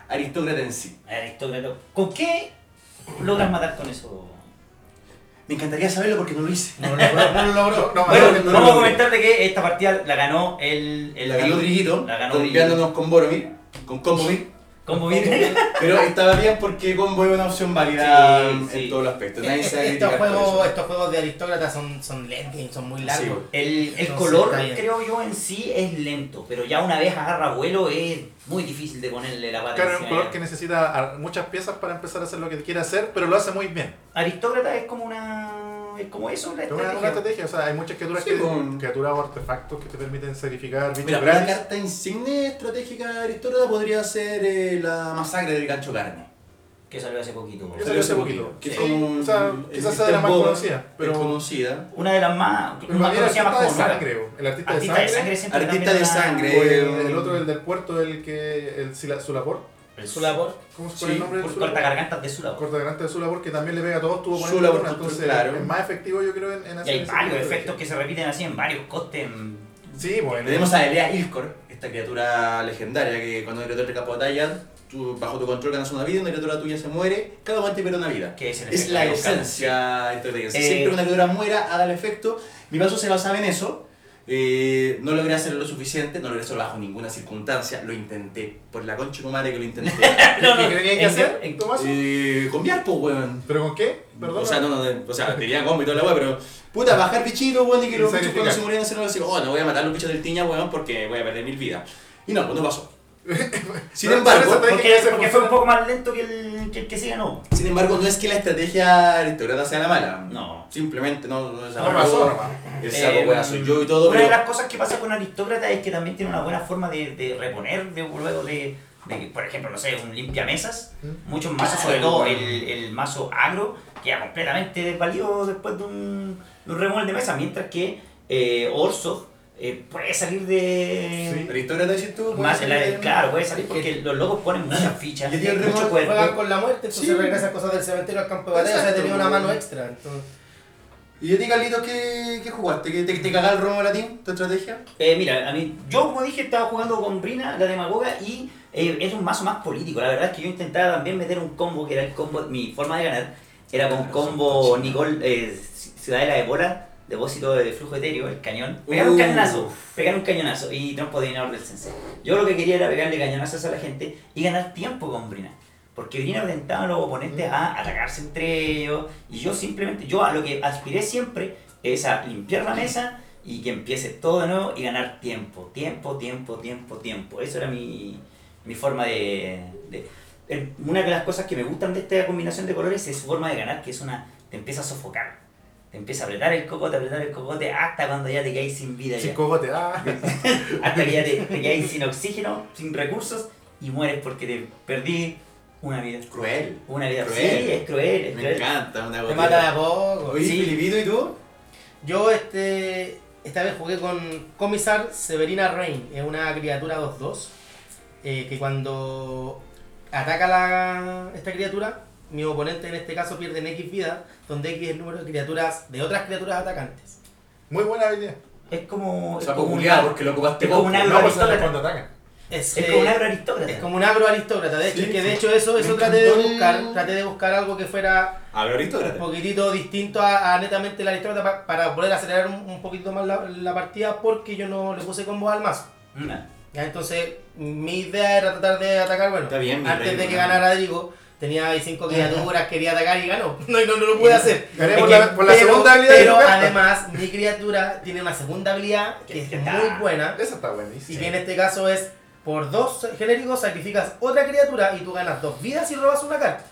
C: Aristócrata en sí.
B: Aristóteles. ¿Con qué logras matar con eso?
C: Me encantaría saberlo porque no lo hice.
E: No, no, no, no, no.
D: No, no,
B: Bueno,
D: no, no,
C: no,
B: vamos
C: no.
B: a comentar de que esta partida la ganó el. el
C: Eh, La ganó Driguito,
B: La ganó Driguito.
C: golpeándonos con Boromir, con Combomir.
B: ¿Cómo viene?
C: Pero estaba bien porque Combo es una opción válida
B: Sí,
C: en
B: sí.
C: todos los aspectos. Nadie se va a
E: E Estos
C: criticar por
E: juegos,
C: eso.
E: estos juegos de aristócratas son, son late games, son muy largos.
C: Sí.
B: El, el
E: Entonces,
B: color,
E: está bien.
B: creo yo, en sí es lento, pero ya una vez agarra vuelo es muy difícil de ponerle la pata
D: Claro, es un
B: encima
D: color
B: ya.
D: que necesita ah, muchas piezas para empezar a hacer lo que quiere hacer, pero lo hace muy bien.
B: Aristócrata es como una. Es como eso, la
D: Es una,
B: estrategia.
D: una estrategia, o sea, hay muchas criaturas,
C: Sí,
D: que,
C: con-
D: criaturas o artefactos que te permiten sacrificar bichos
C: Mira, una
D: gratis.
C: carta insigne estratégica aristócrata podría ser eh, la masacre del gancho carne.
B: Que salió hace poquito. por
D: Que
B: favor.
D: salió hace poquito.
C: Que
D: Sí,
C: como
D: o sea,
C: un-
D: quizás
C: el
D: sea la más
C: Boba,
D: conocida, pero-
C: es conocida.
B: Una de las más.
D: Pero
B: más
D: para mí el
B: conocida, más
D: artista de
B: famosa.
D: sangre, o el artista,
B: Artista de sangre siempre
C: Artista Eh,
B: también
C: de
B: era-
C: sangre.
D: o el, el otro, el del puerto, el que. El, Sila- Sulapor.
B: El
E: Su labor.
D: ¿Cómo se
C: Sí,
D: pone el nombre del
B: Por
D: Sulapor?
B: corta gargantas de Sulabor.
D: Corta delante de Sulapor, que también le pega a todos, tuvo poner
C: Sulapor,
D: turno, entonces
C: claro.
D: es más efectivo, yo creo, en, en
B: Y hay
D: ese
B: varios
D: tipo de
B: efectos que
D: estrategia.
B: se repiten así en varios costes. en-
D: Sí, pues, bueno.
C: Tenemos a Elea Ilkor, esta criatura legendaria que cuando una criatura te capa batalla, tú, bajo tu control ganas una vida, una criatura tuya se muere, cada guante pierde una vida.
B: Que es el
C: Es
B: efecto
C: la
B: de los
C: esencia estratégica. Si
B: Eh,
C: Siempre una criatura muera, haga el efecto. Mi vaso se basaba en eso. Eh, no logré hacerlo lo suficiente, no logré hacerlo bajo ninguna circunstancia. Lo intenté, por la concha de tu madre que lo intenté.
B: No, no,
D: ¿Qué tenías que
B: en-
D: hacer,
B: en-
D: Tomás?
C: eh, con Viarpo, weón.
D: ¿Pero con qué? Perdón.
C: O sea, no, no, de- o sea, tenía combo y toda la weá, pero. Puta, bajar bichito, weón, y que
D: Y
C: los bichos
D: sacrificar.
C: cuando se murieran se nos decían, oh, no voy a matar a los bichos del tiña, weón, porque voy a perder mil vidas. Y no, pues no pasó. Sin
D: Pero
C: embargo,
D: esa
B: Porque,
D: estrategia
B: porque fue un poco más lento que el que, el que se ganó.
C: sin embargo, no es que la estrategia aristócrata sea la mala.
B: No.
C: Simplemente no, no es
D: No pasó, nomás.
C: El saco,
B: Eh,
C: weón, soy yo y todo,
B: Una
C: pero.
B: de las cosas que pasa con Aristócrata es que también tiene una buena forma de, de reponer de, luego de, de que, por ejemplo, no sé, un limpiamesas. Muchos mazos, sobre todo el, el mazo agro, queda completamente desvalido después de un, de un remol de mesa, mientras que eh, Orso eh, puede salir de...
C: Aristócrata, decís tú, weón, eh,
B: Más
C: soy
B: la-
C: de-
B: claro, puede salir porque los locos ponen muchas fichas,
C: Y el día del
B: mucho
C: remol
B: cuerpo.
E: Juegan con la muerte, entonces
C: Sí.
E: regresan cosas del cementerio al campo de batalla, o sea,
C: Exacto.
E: tenía una mano extra. Entonces,
C: ¿Y a ti, Carlitos, qué, qué jugaste? ¿Qué- ¿Te, te cagaba el romo latín, tu estrategia?
B: Eh, mira, a mí, yo como dije, estaba jugando con Brina, la demagoga, y eh, es un mazo más político. La verdad es que yo intentaba también meter un combo, que era el combo, mi forma de ganar, era con combo Nicole, eh, Ci- Ciudadela de Bola, depósito de flujo etéreo, el cañón. Pegar un
C: Uh.
B: cañonazo, pegar un cañonazo, y trompo de dinero del sensei. Yo lo que quería era pegarle cañonazos a la gente y ganar tiempo con Brina. Porque Brina orientaba a los oponentes a atacarse entre ellos, y yo simplemente, yo a lo que aspiré siempre es a limpiar la mesa y que empiece todo de nuevo y ganar tiempo, tiempo, tiempo, tiempo, tiempo. Eso era mi, mi forma de, de- el- Una de las cosas que me gustan de esta combinación de colores es su forma de ganar, que es una... te empieza a sofocar, te empieza a apretar el cocote, apretar el cocote, hasta cuando ya te quedáis sin vida, ya.
D: Sin cogote, ah.
B: hasta que ya te, te quedáis sin oxígeno, sin recursos y mueres porque te perdí una vida.
C: Cruel.
B: Una vida
C: Cruel.
B: Sí, es cruel, es
C: Me
B: cruel.
C: encanta, una
E: Te
C: gotera.
E: matan a poco.
C: Oye,
B: Sí.
C: Filipito, ¿y tú?
E: Yo este, esta vez jugué con Comisar Severina Rain, es una criatura 2-2, eh, que cuando ataca la, esta criatura, mi oponente en este caso pierden X vida, donde X es el número de criaturas de otras criaturas atacantes.
D: Muy buena habilidad.
B: Es como...
C: O
B: es
C: sea,
B: como un-
C: popular, porque lo ocupaste
B: es como
C: poco.
B: una-
D: No, pues es cuando atacan.
E: Es,
B: es como un
E: eh,
B: agro aristócrata.
E: es como un agroaristócrata, de hecho,
C: Sí,
E: que de
C: sí.
E: hecho eso,
C: Me
E: eso traté de
C: encantó el-
E: buscar, traté de buscar algo que fuera
C: Hablo aristócrata.
E: un poquitito distinto a, a netamente la aristócrata pa- para poder acelerar un, un poquito más la, la partida porque yo no le puse combos al mazo.
B: Una.
E: Ya, entonces, mi idea era tratar de atacar, bueno,
C: Está bien, mi
E: antes
C: rey,
E: de que
C: bueno.
E: ganara Drigo, tenía ahí cinco criaturas, quería atacar y ganó. No, no, no lo pude hacer.
D: Gané por
E: Es
D: la-
E: que-
D: por la
E: pero-
D: segunda habilidad
E: Pero
D: que tocaste.
E: además, mi criatura tiene una segunda habilidad que es
B: Que está-
E: muy buena.
D: Esa está
E: Y
D: buenísima.
E: que en este caso es, por dos genéricos, sacrificas otra criatura y tú ganas dos vidas y robas una carta.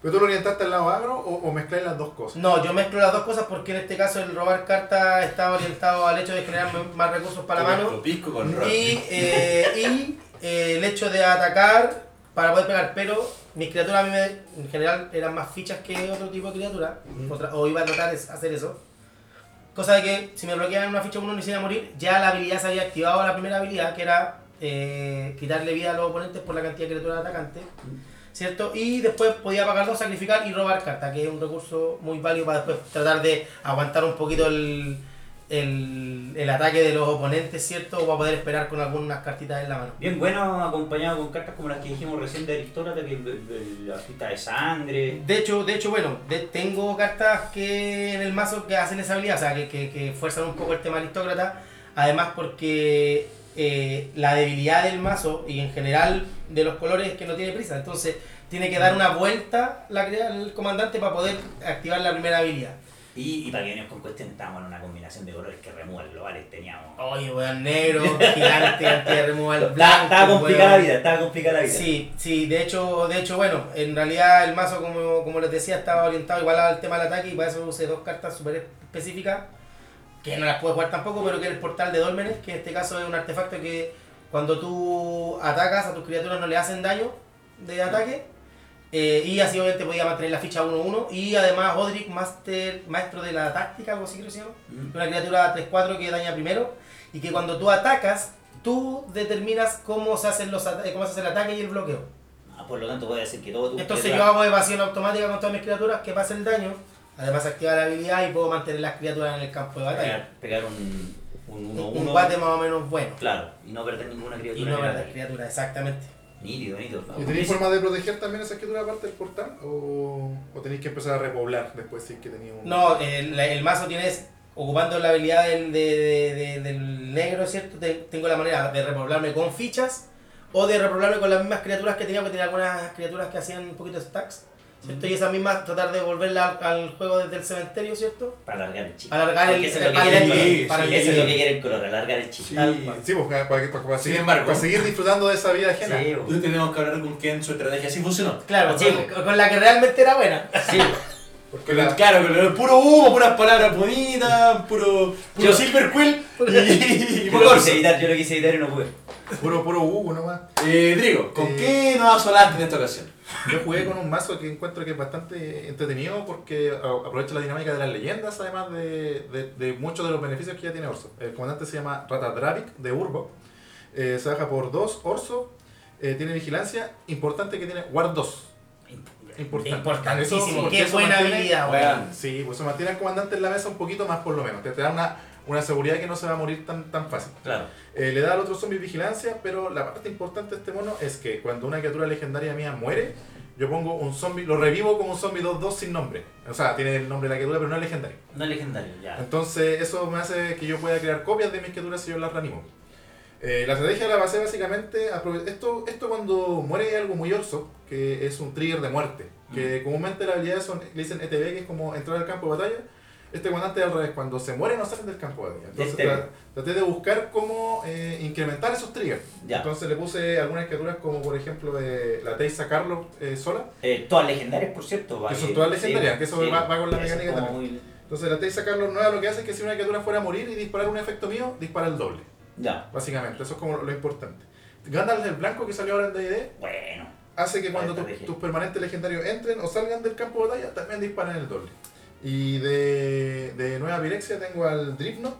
D: ¿Pero tú lo orientaste al lado agro o, o mezcláis las dos cosas?
E: No, yo mezclo las dos cosas porque en este caso el robar carta está orientado al hecho de generar más recursos para la
C: Con
E: mano.
C: nuestro pisco con rock.
E: Y, eh, y, eh, el hecho de atacar para poder pegar, pero mis criaturas a mí me- en general eran más fichas que otro tipo de criatura, otra- o iba a tratar de hacer eso. Cosa de que si me bloqueaban una ficha uno no hiciera morir, ya la habilidad se había activado la primera habilidad, que era eh, quitarle vida a los oponentes por la cantidad de criaturas atacantes. ¿Cierto? Y después podía pagar dos, sacrificar y robar carta, que es un recurso muy válido para después tratar de aguantar un poquito el, el, el ataque de los oponentes, ¿cierto? O para poder esperar con algunas cartitas en la mano.
B: Bien bueno, acompañado con cartas como las que dijimos recién de Aristócrata, que el- el- la cita de sangre.
E: De hecho, de hecho bueno, de- tengo cartas que en el mazo que hacen esa habilidad, o sea, que, que, que fuerzan un poco el tema aristócrata. Además, porque eh, la debilidad del mazo y en general de los colores es que no tiene prisa. Entonces, tiene que dar una vuelta la, crea- el comandante para poder activar la primera habilidad.
B: Y, y para que venimos con cuestiones, estábamos en una combinación de colores que remueve globales, teníamos.
E: Oye, weón, negro, gigante, antirremoval,
B: Estaba-
E: blanco.
B: estaba complicada la
E: weón.
B: vida, estaba complicada la vida.
E: Sí, sí, de hecho, de hecho, bueno, en realidad el mazo, como, como les decía, estaba orientado igual al tema del ataque y para eso usé dos cartas súper específicas, que no las puedo jugar tampoco, pero que es el portal de Dolmenes, que en este caso es un artefacto que cuando tú atacas a tus criaturas no le hacen daño de ataque. eh, y así obviamente podía mantener la ficha 1-1. Y además Odric, master, maestro de la táctica, algo así creo que se llama.
B: Mm.
E: Una criatura 3-4 que daña primero y que cuando tú atacas, tú determinas cómo se, hacen los ata- cómo se hace el ataque y el bloqueo.
B: Ah, por lo tanto, puede decir que todo tu.
E: Entonces yo hago evasión automática con todas mis criaturas que pasen el daño. Además activa la habilidad y puedo mantener las criaturas en el campo de batalla.
B: pegar, pegar un 1-1.
E: Un, un bate más o menos bueno.
B: Claro, y no perder ninguna
E: Y
B: criatura. en
E: no
B: el
E: perder
B: ataque.
E: criaturas, exactamente.
B: Nítido, nítido.
D: ¿Y tenéis forma de proteger también esa escritura aparte del portal? ¿O, o tenéis que empezar a repoblar después si es que tenéis un...
E: No, el, el mazo tienes, ocupando la habilidad del, de- de- de- del negro, ¿cierto? Te- tengo la manera de repoblarme con fichas o de repoblarme con las mismas criaturas que tenía, porque tenía algunas criaturas que hacían un poquito de stacks, ¿cierto? Y esas mismas tratar de volverlas al, al juego desde el cementerio, ¿cierto?
B: Para alargar el chip.
E: Alargar el-
B: Porque eso es lo
E: el-
B: que quiere el
E: el-
B: color.
E: el- para
B: Eso
E: el-
B: es lo que quiere el color, alargar el chip.
C: Sí.
E: Tal cual.
D: Sí, pues, para, para- para- para seguir,
C: embargo.
D: para seguir disfrutando de esa vida
B: Sí,
D: ajena.
B: bo.
C: Entonces tenemos que hablar con quién su estrategia sí funcionó.
E: Claro,
B: Sí.
E: con, con la que realmente era buena.
B: Sí, bo.
D: Porque la,
C: Claro, con lo- puro humo, puras palabras bonitas, puro, puro
B: Yo-
C: silver quill y, y
B: Yo
C: poco
B: lo
C: orso.
B: quise evitar, yo lo quise evitar y no pude.
D: puro, puro Hugo nomás.
C: Eh, Drigo, ¿con
D: Eh.
C: qué nos asolaste en esta ocasión?
D: Yo jugué con un mazo que encuentro que es bastante entretenido porque a- aprovecha la dinámica de las leyendas, además de, de- de muchos de los beneficios que ya tiene Orso. El comandante se llama Ratadravik de Urbo. Eh, se baja por 2 Orso. eh, tiene vigilancia. Importante que tiene Guard 2. Importante.
E: Importantísimo.
D: Eso- porque
E: Qué
D: eso
E: buena
D: mantiene-
E: habilidad,
C: Bueno,
E: weón.
D: Sí, pues se mantiene al comandante en la mesa un poquito más por lo menos. Te, te da una, una seguridad que no se va a morir tan, tan fácil.
B: Claro.
D: Eh, le da al otro zombie vigilancia, pero la parte importante de este mono es que cuando una criatura legendaria mía muere, yo pongo un zombie, lo revivo como un zombie 2-2 sin nombre. O sea, tiene el nombre de la criatura, pero no es legendario.
B: No es legendario,
D: Ah,
B: ya.
D: Entonces, eso me hace que yo pueda crear copias de mis criaturas si yo las reanimo. Eh, la estrategia la basé básicamente. aprove- Esto, esto cuando muere algo muy orso, que es un trigger de muerte. Que comúnmente las habilidades son, le dicen ETB, que es como entrar al campo de batalla. Este comandante es al revés, cuando se muere no salen del campo de batalla. Entonces
B: Este.
D: tra- traté de buscar cómo eh, incrementar esos triggers.
B: Ya.
D: Entonces le puse algunas criaturas como por ejemplo eh, la Teisa Carlos eh, sola.
B: Eh, todas legendarias, por cierto. va,
D: Que son
B: eh,
D: todas legendarias, que eso va- va con la
B: eso es
D: mecánica
B: como
D: también.
B: muy-
D: Entonces la Teisa Carlos nueva lo que hace es que si una criatura fuera a morir y disparar un efecto mío, dispara el doble.
B: Ya,
D: Básicamente, eso es como lo, lo importante. Gandalf el Blanco que salió ahora en D&D
B: bueno.
D: hace que cuando
B: Ahí está,
D: tus-
B: dije.
D: tus permanentes legendarios entren o salgan del campo de batalla, también disparan el doble. Y de, de Nueva Virexia tengo al Dripknot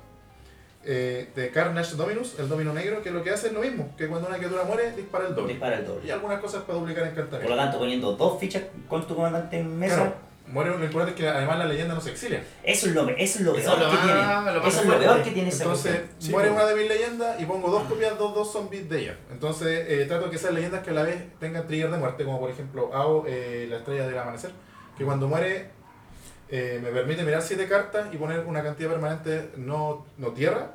D: eh, de Carnage Dominus, el Domino Negro, que lo que hace es lo mismo, que cuando una criatura muere, dispara el doble.
B: Dispara el
D: Y
B: doble.
D: algunas cosas para duplicar
B: Por lo
D: encantamientos.
B: tanto, poniendo dos fichas con tu comandante en mesa.
D: Claro, muere, lo importante es que además la leyenda no se exilia.
B: Eso es lo, eso es lo
E: Eso es
B: peor
E: lo
B: que
E: más-
B: tiene.
E: lo más
B: Eso es lo
E: fuerte.
B: peor que tiene esa
D: Entonces,
B: cuestión.
D: Sí, muere una de mis leyendas y pongo dos copias, dos, dos zombies de ella. Entonces, eh, trato que sean leyendas que a la vez tengan trigger de muerte, como por ejemplo Ao, eh, la estrella del amanecer, que cuando muere eh, me permite mirar siete cartas y poner una cantidad permanente no, no tierra,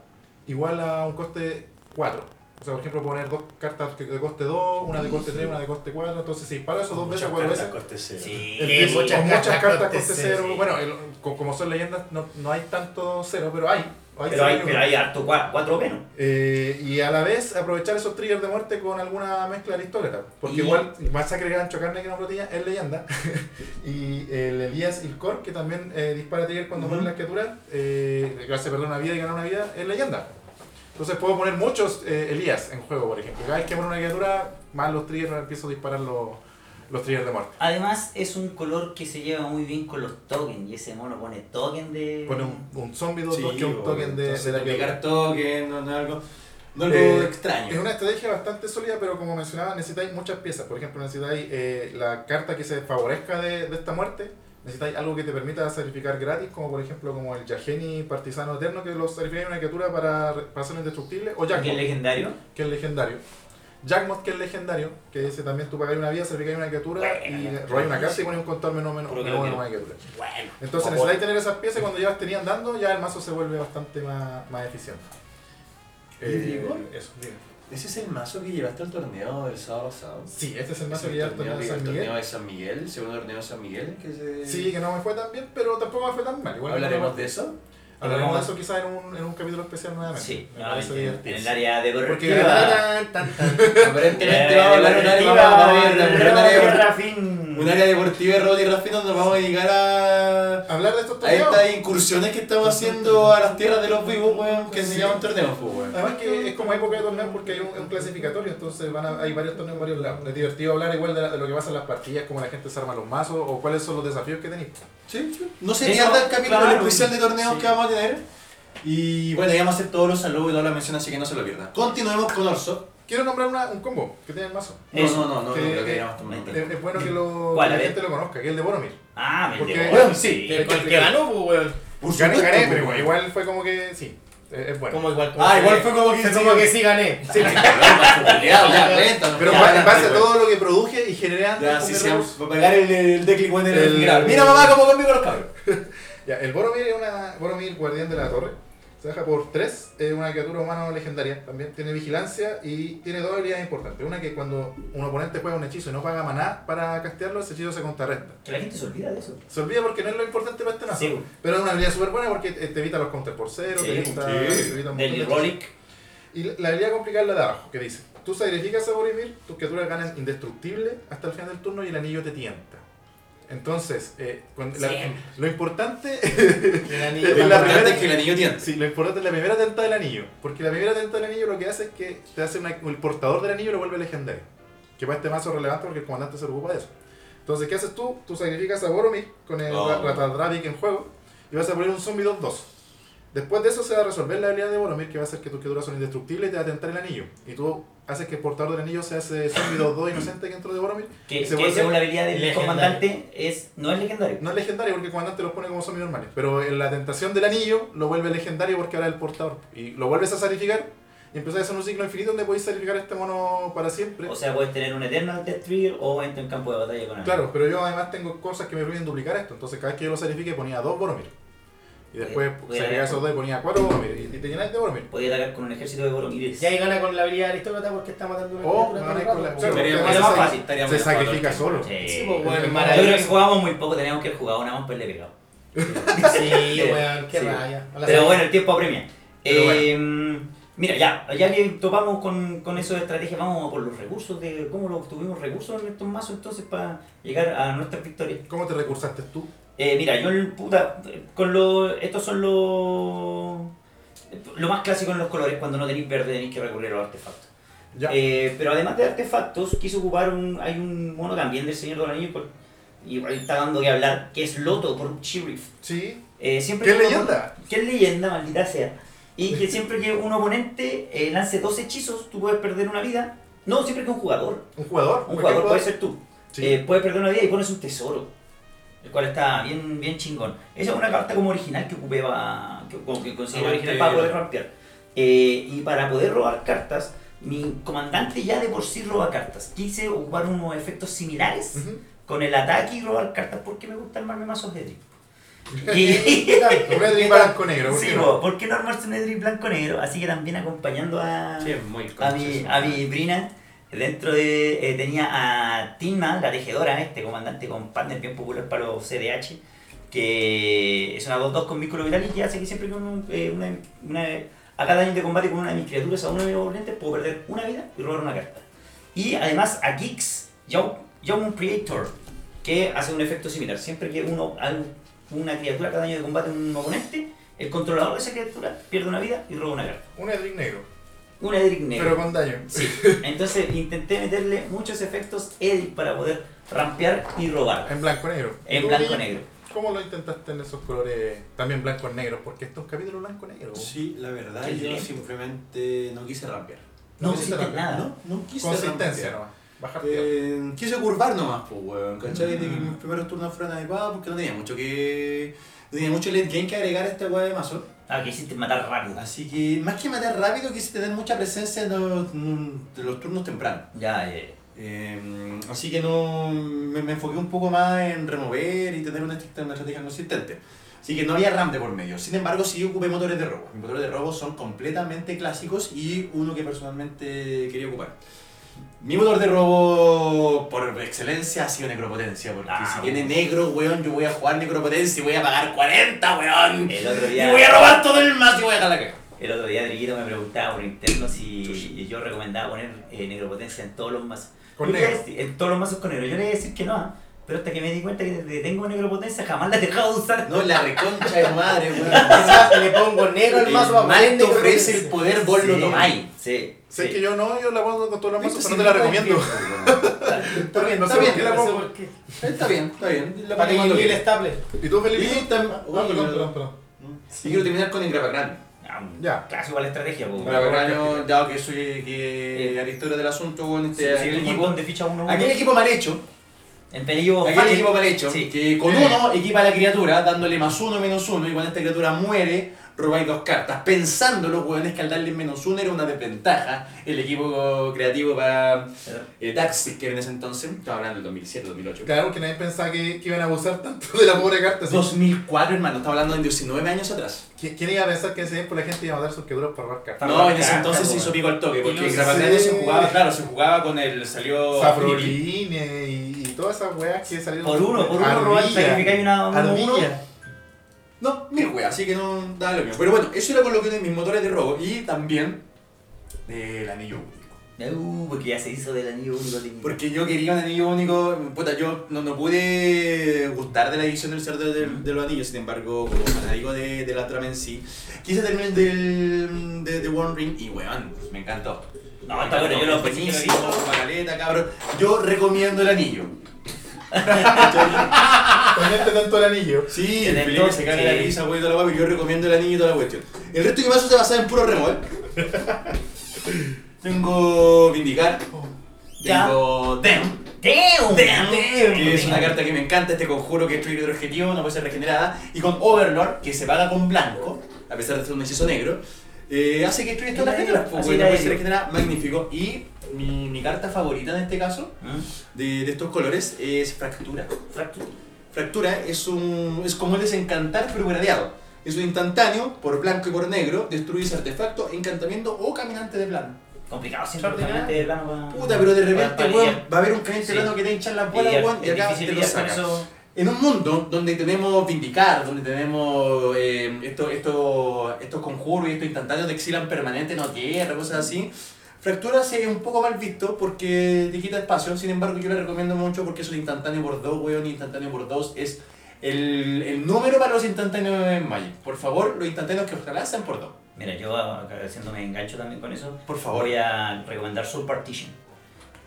D: igual a un coste 4. O sea, por ejemplo, poner dos cartas que- de coste 2, una de coste 3, una de coste 4. Entonces, si disparo eso dos veces o cuatro veces,
B: Sí,
D: el-
E: muchas
D: con muchas
E: cartas
D: cartas
E: coste
D: coste
E: cero,
D: 0.
E: sí.
D: Bueno, el- co- como son leyendas, no, no hay tanto cero, pero hay.
B: pero, hay,
D: cero y
B: pero
D: uno.
B: hay harto cua- cuatro menos.
D: Eh, y a la vez aprovechar esos triggers de muerte con alguna mezcla de aristócrata. Porque
B: Y-
D: igual Masacre Gancho Carne que no flotilla es leyenda. y el Elías Ilcor, que también eh, dispara trigger cuando mueren las criaturas, eh, que hace perder una vida y ganar una vida, es leyenda. Entonces puedo poner muchos eh, Elías en juego, por ejemplo. Cada vez que muere una criatura, más los triggers empiezo a disparar los, los triggers de muerte.
B: Además, es un color que se lleva muy bien con los tokens. Y ese mono pone token de.
D: Pone un, un zombie, dos,
C: Sí,
D: dos, que es un
C: o
D: token de,
C: entonces
D: de la criatura.
C: duplicar token, no, no algo, no algo
D: Eh,
C: extraño.
D: Es una estrategia bastante sólida, pero como mencionaba, necesitáis muchas piezas. Por ejemplo, necesitáis eh, la carta que se favorezca de, de esta muerte. Necesitáis algo que te permita sacrificar gratis, como por ejemplo como el Yajeni Partisano Eterno, que lo sacrifica en una criatura para, re- para hacerlo indestructible.
B: que
D: O
B: es
D: Jackmot,
B: legendario.
D: que es legendario. Jackmot, que es legendario, que dice también tú pagáis una vida, sacrificáis una criatura
B: Bueno,
D: y robáis una carta y pones un contador menos menos
B: Creo que
D: menos
B: lo
D: menos de criatura.
B: Bueno.
D: Entonces necesitáis tener esas piezas y cuando ya las tenían dando, ya el mazo se vuelve bastante más, más eficiente. Eh,
C: ¿Y Igor?
D: eso, dime.
C: ¿Ese es el mazo que llevaste al torneo del sábado pasado?
D: Sí, este es el
C: Ese
D: mazo
C: es
D: que
C: el
D: ya torneo
C: torneo
D: de San
C: torneo
D: Miguel.
C: de San Miguel, segundo torneo de San Miguel, que se...
D: Sí, que no me fue tan bien, pero tampoco me fue tan mal. Igual
C: ¿Hablaremos de eso?
D: Hablaremos de eso quizás en un, en un capítulo especial nuevamente.
B: Sí,
D: Ah, Me parece
B: nuevamente. En
D: divertido.
B: el área de
D: Porque
B: Bertiva.
E: Tan, tan, tan.
C: Aparentemente
B: Eh,
D: Eh,
C: vamos a hablar un área, vamos a hablar de un área- un área deportiva de Roddy Raffin donde nos vamos a dedicar a...
D: Hablar de estos
C: a
D: torneos.
C: estas incursiones que estamos haciendo a las tierras de los vivos, weón, que se
D: Sí.
C: llaman torneos, pues, weón.
D: Además que es como época de torneos porque hay un, un clasificatorio, entonces van a- hay varios torneos en varios lados. Es divertido hablar igual de, la- de lo que pasa en las partidas, cómo la gente se arma los mazos o cuáles son los desafíos que tenéis.
C: Sí, sí. No se
B: Eso,
C: pierda el capítulo
B: claro.
C: especial de torneos
B: Sí.
C: que vamos a tener. Y bueno, ya vamos a hacer todos los saludos y todas las menciones, así que no se lo pierdan. Continuemos con Orso.
D: Quiero nombrar una- un combo que tiene el mazo.
C: No,
B: Eso.
C: no, no, no, no
D: Que-
C: creo
D: que-
C: que hayamos tomado
D: Es,
C: tanto.
D: es bueno que, lo,
B: ¿Cuál?
D: que
B: A
D: la
B: ver.
D: gente lo conozca, que es el de Boromir.
B: Ah, me
D: Porque-
B: llevo.
C: Bueno, sí.
E: El el que ganó, pues, weón.
C: Por
D: Gané,
C: supuesto,
D: gané,
C: pues,
D: pero
C: weón.
D: igual, igual fue como que sí, es, es bueno.
E: Como igual. como
C: Ah,
E: que-
C: igual fue como que.
E: como que sí gané.
D: Sí,
C: Culeado, ya, cuenta,
D: Pero
C: ya,
D: en ba- en base a
C: weón.
D: todo lo que produje y generé antes
C: Ya,
D: con
C: sí,
D: mi
C: sí,
D: recurso.
C: vamos a pagar el, el declic weón, en el
D: El-
C: final. Mira, mamá, cómo conmigo los cabros.
D: Ya, el Boromir es una Boromir guardián de la torre. Se baja por 3, es una criatura humana legendaria también. Tiene vigilancia y tiene dos habilidades importantes. Una que cuando un oponente juega un hechizo y no paga maná para castearlo, ese hechizo se contrarresta.
B: Que la gente se olvida de eso.
D: Se olvida porque no es lo importante para este mazo.
B: Sí.
D: Pero es una habilidad súper buena porque eh, te evita los counters por cero,
B: Sí,
D: te evita, te evita un montón de
B: Del
D: hechizos.
B: Rolic.
D: Y la- la habilidad complicada es la de abajo, que dice, tú sacrificas a Boromir, tus criaturas ganan indestructible hasta el final del turno y el anillo te tienta. Entonces, eh, cuando- la-
B: Siempre.
D: lo importante
E: El anillo.
D: Es
C: Lo
D: la
C: importante
D: primera-
C: es que el anillo tiene.
D: Sí, lo importante es la primera tenta del anillo. Porque la primera tenta del anillo lo que hace es que te hace una- el portador del anillo y lo vuelve legendario. Que para este mazo es relevante porque el comandante se ocupa de eso. Entonces, ¿qué haces tú? Tú sacrificas a Boromir con el
C: Oh.
D: Ra- Ratadravik en juego y vas a poner un zombie 2-2. Después de eso se va a resolver la habilidad de Boromir que va a hacer que tus criaturas son indestructibles y te va a tentar el anillo. Y tú hace que el portador del anillo sea ese zombie 2 inocente que entró de Boromir.
B: Que,
D: y
B: que según la habilidad del
E: legendario.
B: comandante es, no es legendario.
D: No es legendario porque el comandante los pone como zombies normales, pero en la tentación del anillo lo vuelve legendario porque ahora es el portador. Y lo vuelves a sacrificar y empieza a hacer un ciclo infinito donde podéis sacrificar a este mono para siempre.
B: O sea, puedes tener un Eternal Death Trigger o entrar en campo de batalla con él.
D: Claro, pero yo además tengo cosas que me permiten duplicar esto. Entonces cada vez que yo lo sacrifique ponía dos Boromir. Y después
B: Bien, bien.
D: sacrificaba esos dos y ponía cuatro Boromir. Y y te llenáis de Boromir.
B: Podía atacar con un ejército de Boromires.
E: Y ahí gana con la habilidad aristócrata porque está matando a una
D: Oh,
E: criatura
D: gana
E: todo el
D: con la-
E: rato.
D: claro.
C: Estaría
B: pero más
C: se-
B: fácil.
C: estaría
D: Se
C: más
D: sacrifica
B: este,
C: fácil.
D: solo.
E: Sí, pues,
B: Yo
E: bueno,
B: creo que
E: maravilloso.
B: jugábamos muy poco, teníamos que jugar una más pelea pegado.
E: Sí, weón, qué
B: Sí.
E: raya. A
B: Pero
E: la salida.
B: bueno, el tiempo apremia.
D: Pero
B: Eh, Mira, ya, ya que topamos con, con eso de estrategia, vamos por los recursos, de cómo lo obtuvimos recursos en estos mazos entonces para llegar a nuestras victorias.
D: ¿Cómo te recursaste tú?
B: Eh, mira, yo el puta, con lo, estos son los... Lo más clásico en los colores, cuando no tenéis verde tenéis que recurrir a los artefactos.
D: Ya.
B: Eh, pero además de artefactos, quise ocupar un. Hay un mono también del Señor de los Anillos, por- y por ahí está dando que hablar, que es Loto por Chirif.
D: sí.
B: Eh, siempre
D: ¡Qué
B: que uno-
D: leyenda!
B: ¡Qué leyenda, maldita sea! Y que siempre que un oponente eh, lance dos hechizos, tú puedes perder una vida. No, siempre que un jugador.
D: Un jugador.
B: Un
D: cualquier
B: jugador puede ser tú.
D: Sí.
B: Eh, puedes perder una vida y pones un tesoro. El cual está bien, bien chingón. Esa es una carta como original que ocupé pa- que, como que conseguí
D: Ah,
C: Aguante.
B: original para poder rampear. Eh, y para poder robar cartas, mi comandante ya de por sí roba cartas. Quise ocupar unos efectos similares
D: Ujú.
B: con el ataque y robar cartas porque me gusta armarme mazos de drip. Y,
E: ¿Qué tanto?
D: Un Edric blanco negro. ¿por qué
B: sí,
D: no?
B: bo, ¿por qué no armarse un Edric blanco negro? Así que también acompañando a,
C: Sí, es muy
B: a, mi, a mi brina. Dentro de. eh, tenía a Tina, la tejedora, este comandante con partner bien popular para los CDH, que es una 2-2 con vínculo vital y que hace que siempre que uno, eh, una, una- a cada año de combate con una de mis criaturas a uno de mis oponentes puedo perder una vida y robar una carta. Y además a Geeks, Young Creator, que hace un efecto similar. Siempre que uno al- una criatura cada año de combate a un oponente, el controlador de esa criatura pierde una vida y roba una carta.
D: Un Edric negro.
B: Un Edric negro.
D: Pero con daño.
B: Sí, entonces intenté meterle muchos efectos edit para poder rampear y robar.
D: En blanco negro.
B: En
D: ¿Tú,
B: blanco
D: Guille,
B: negro.
D: ¿Cómo lo intentaste en esos colores también blancos negros? Porque esto es un capítulo blanco negro.
C: Sí, la verdad,
B: Qué
C: yo
B: lento.
C: simplemente no quise rampear.
B: No
D: No
B: hiciste
D: hiciste
B: nada.
C: No, no quise
D: Consistencia
C: rampear.
D: nomás. Bajar tierra.
C: Eh, quise curvar nomás, pues, weón. ¿Cachai? De que
B: Mm.
C: mis primeros turnos fueron adecuados porque no tenía mucho que. No tenía mucho late game que agregar a este weón de mazo.
B: Ah, que hiciste matar rápido.
C: Así que, más que matar rápido, quise tener mucha presencia en los, en los turnos tempranos.
B: Ya, eh.
C: Eh, así que no me, me enfoqué un poco más en remover y tener una estrategia, una estrategia consistente. Así que no había RAM de por medio. Sin embargo, sí ocupé motores de robo. Mis motores de robo son completamente clásicos y uno que personalmente quería ocupar. Mi motor de robo por excelencia ha sido Necropotencia. Porque
B: Ah,
C: si viene
B: bueno.
C: negro, weón, yo voy a jugar Necropotencia y voy a pagar 40, weón.
B: El otro
C: Y voy a
B: día,
C: robar todo el más y voy a dejar la caja.
B: el otro día Driguito me preguntaba por interno si yo recomendaba poner eh, Negropotencia en todos los mazos.
D: Con
B: Yo le iba a
D: negro.
B: decir- En todos los mazos con negro. Yo le iba a decir que no, ah, pero hasta que me di cuenta que desde que tengo Negropotencia jamás la he dejado de usar.
C: No, la reconcha de madre, weón.
E: Encima Le pongo negro al
C: El
E: mazo para
C: mal
E: poner
C: te
E: negro.
C: ofrece el poder, vos lo
B: Sí,
C: tomáis.
B: Sí.
D: Sé
B: sí.
D: que yo no, yo la pongo con todos los mazos, pero
C: Esto sí
D: no te la
C: me
D: recomiendo.
C: Está bien,
D: No sé
C: está
D: por
C: bien.
D: qué la
E: No sé
D: pongo.
E: por qué.
C: Está bien, está bien. La
E: Para
C: pongo cuando
E: que el
C: quieras.
E: estable.
D: ¿Y tú, Felipe?
C: Y tam-
D: Ah,
C: uy,
D: perdón,
C: no.
D: perdón, perdón.
C: Y quiero terminar con Ingravagrán.
B: Ah, un
D: Ya.
B: Clásico a la estrategia, pues.
D: Bravo.
C: Ingravagrán, yo, dado que soy que
B: Sí.
C: aristócrata del asunto, con
B: Sí, sí,
C: este,
B: un
C: aquel,
B: montón
C: equipo,
B: de fichas uno a uno.
C: aquel equipo mal hecho,
B: En peligro.
C: aquel equipo mal hecho,
B: Sí.
C: que con
D: Sí.
C: uno equipa a la criatura, dándole más uno, menos uno, y cuando esta criatura muere, robáis dos cartas. Pensando los hueones que al darle menos uno era una desventaja el equipo creativo para eh, Daxic, que era en ese entonces, estaba hablando del 2007, 2008.
D: Claro, porque nadie pensaba que, que iban a abusar tanto de la pobre carta. así.
C: 2004, hermano, estaba hablando de 19 años atrás.
D: ¿Qui- ¿Quién iba a pensar que en ese tiempo la gente iba a matar sus queduras para robar cartas?
C: No, en ese
B: Carta,
C: entonces se
B: weón.
C: hizo pico al toque, porque
D: No
C: en Gravatar no
D: sé.
C: se jugaba, claro, se jugaba con el. salió. Afrodili.
D: Zafrolines y, y todas esas weas que salieron.
B: Por uno, por uno robar, sacrificar una- uno,
D: ardilla.
C: No, mil wea, así que no da lo mismo. Pero bueno, eso era con lo que mis motores de robo y también. del anillo único.
B: Uh, porque ya se hizo del anillo único de
C: Porque yo quería un anillo único, puta, yo no, no pude gustar de la edición del cerdo de, de los anillos, sin embargo, como fanático de, de la trama en sí, quise terminar el del. de, de One Ring y weón, me encantó.
B: No, está bueno, yo lo pensé que lo
C: buenísimo,
B: hizo.
C: Magaleta, cabrón. Yo recomiendo el anillo.
D: Ponerte este tanto el anillo.
C: Sí,
B: En
C: el
B: el
C: Felipe
B: dos,
C: se caga en la
B: sí.
C: risa, güey, toda la guapa, pero yo recomiendo el anillo y toda la cuestión. El resto que paso se basaba en puro remol. Tengo Vindicar.
B: Ya.
C: Tengo Dem.
B: Damn,
C: Damn,
B: damn.
C: que es una carta que me encanta, este conjuro que es destruir otro objetivo, no puede ser regenerada, y con Overlord, que se paga con blanco, a pesar de ser un hechizo negro, eh, hace que destruya todas las criaturas, pues,
B: Así
C: bueno,
B: la
C: puede ser
B: digo.
C: regenerada, magnífico. Y mi, mi carta favorita en este caso,
B: ¿Mm?
C: de, de estos colores, es Fractura.
B: Fractura.
C: Fractura es, un, es como el desencantar, pero gradeado. Es un instantáneo, por blanco y por negro, destruís artefacto, encantamiento o caminante de plano.
B: Complicado siempre
E: Extraordinario.
B: realmente de plano Ah, para-
C: Puta, pero de repente,
B: para
C: weón,
B: lidiar.
C: va a haber un caminante de
B: Sí.
C: plano que te hincha las
B: Y
C: bolas,
B: es-
C: weón, y
B: es
C: acá
B: difícil
C: te lo
B: lidiar con
C: saca.
B: eso.
C: En un mundo donde tenemos Vindicar, donde tenemos eh, esto- esto- estos conjuros y estos instantáneos de exilan permanente, no tierra, cosas así, Fractura sí es un poco mal visto porque te quita espacio. Sin embargo, yo la recomiendo mucho porque es un instantáneo por dos, weón, y instantáneo por dos es el, el número para los instantáneos en Magic. Por favor, los instantáneos que ojalá sean por dos.
B: Mira, yo acá haciéndome engancho también con eso,
C: Por favor.
B: voy a recomendar Soul Partition.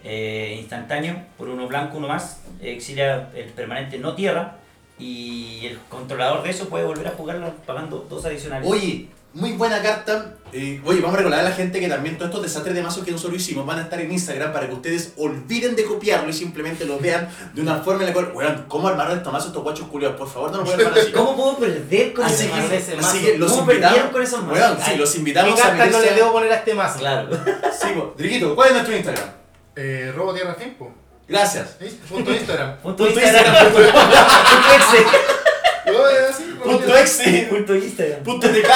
B: Eh, instantáneo, por uno blanco, uno más, exilia el permanente no tierra y el controlador de eso puede volver a jugarla pagando dos adicionales.
C: Oye, muy buena carta. Eh, oye, vamos a recordar a la gente que también todos estos desastres de mazos que nosotros hicimos van a estar en Instagram para que ustedes olviden de copiarlo y simplemente los vean de una forma en la cual, weón, ¿cómo armaron estos mazos estos guachos culiados? Por favor, no lo pueden armar así.
B: ¿Cómo puedo perder con
C: Así
B: ese mazo?
C: que,
E: ese
C: así
E: mazo?
C: que los
B: ¿Cómo perdieron
C: invitamos.
B: con esos mazos?
C: weón, sí,
B: Ay,
C: los
E: ¿Qué
C: invitamos a
E: carta no
C: meterse
E: le
C: a-
E: debo poner a este mazo?
B: Claro.
C: Sí, po. Driquito, ¿cuál es nuestro Instagram?
D: Eh, robo tierra tiempo.
C: Gracias.
D: Punto Instagram.
B: Punto Instagram. Punto exe.
D: Yo era así, robo
C: Punto
D: tierra.
C: exe.
B: Punto Instagram.
C: Punto TK.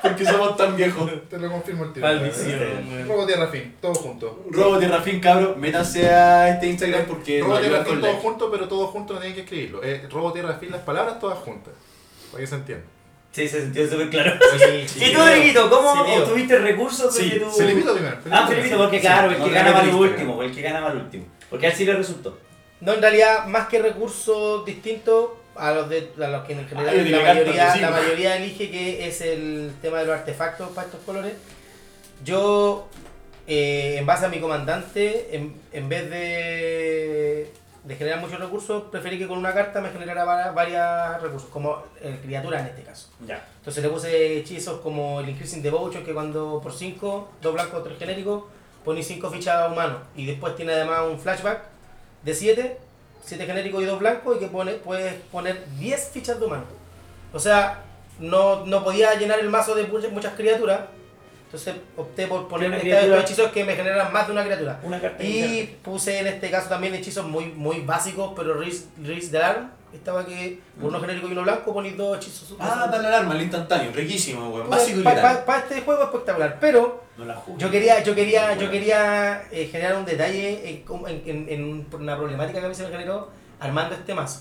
C: Porque somos tan viejos.
D: Te lo confirmo el tiro.
B: Pal Instagram, weón.
D: Robo tierra fin, todo junto.
C: Robo de Rafín, cabro. Métanse a este Instagram
E: Eh,
C: porque
D: Robo
C: nos
D: tierra
C: ayudan
D: fin,
C: con
D: todo
C: like.
D: junto, pero todo junto no tienen que escribirlo. Eh, robo tierra fin, las palabras todas juntas. Para que se entienda.
B: Sí, se sintió súper claro.
C: Sí,
B: ¿Y tú, Riquito, cómo
C: Sí, tío.
B: obtuviste recursos?
C: Sí,
B: porque
E: Uh.
B: tú-
D: Felipito primero.
B: Ah, Felipito, porque
C: Sí,
B: claro, el
C: no
B: que
C: te
B: gana va al
C: metiste,
B: último, el que gana va al último. Porque así le resultó.
E: No, en realidad, más que recursos distintos a los, de, a los que en general
C: Ay, Ah, yo
E: la,
C: diría que pues.
E: mayoría,
C: antes de
E: la
C: cinco.
E: mayoría elige, que es el tema de los artefactos para estos colores. Yo, eh, en base a mi comandante, en, en vez de, de generar muchos recursos, preferí que con una carta me generara va- varios recursos, como eh, criaturas en este caso.
B: Ya.
E: Entonces le puse hechizos como el Increasing Devotion, que cuando por 5, dos blancos, tres genéricos, pones 5 fichas a humano. Y después tiene además un flashback de 7, 7 genéricos y dos blancos, y que pone, puedes poner 10 fichas de humano. O sea, no, no podía llenar el mazo de muchas, muchas criaturas. Entonces opté por poner
B: Una
E: esta-
B: criatura.
E: estos hechizos que me generan más de una criatura.
B: Una carta
E: Y
B: interna.
E: puse en este caso también hechizos muy, muy básicos, pero Riz, Riz de Alarm. Estaba que por uno genérico y uno blanco ponéis dos hechizos.
C: Ah, dale alarma, el instantáneo, riquísimo,
E: Pues,
C: weón. Básico y
E: Para
C: letal.
E: este juego espectacular, pero
B: No la jugué.
E: yo quería, yo quería, yo quería eh, generar un detalle en, cómo- en- en- en una problemática que a mí se me generó armando este mazo.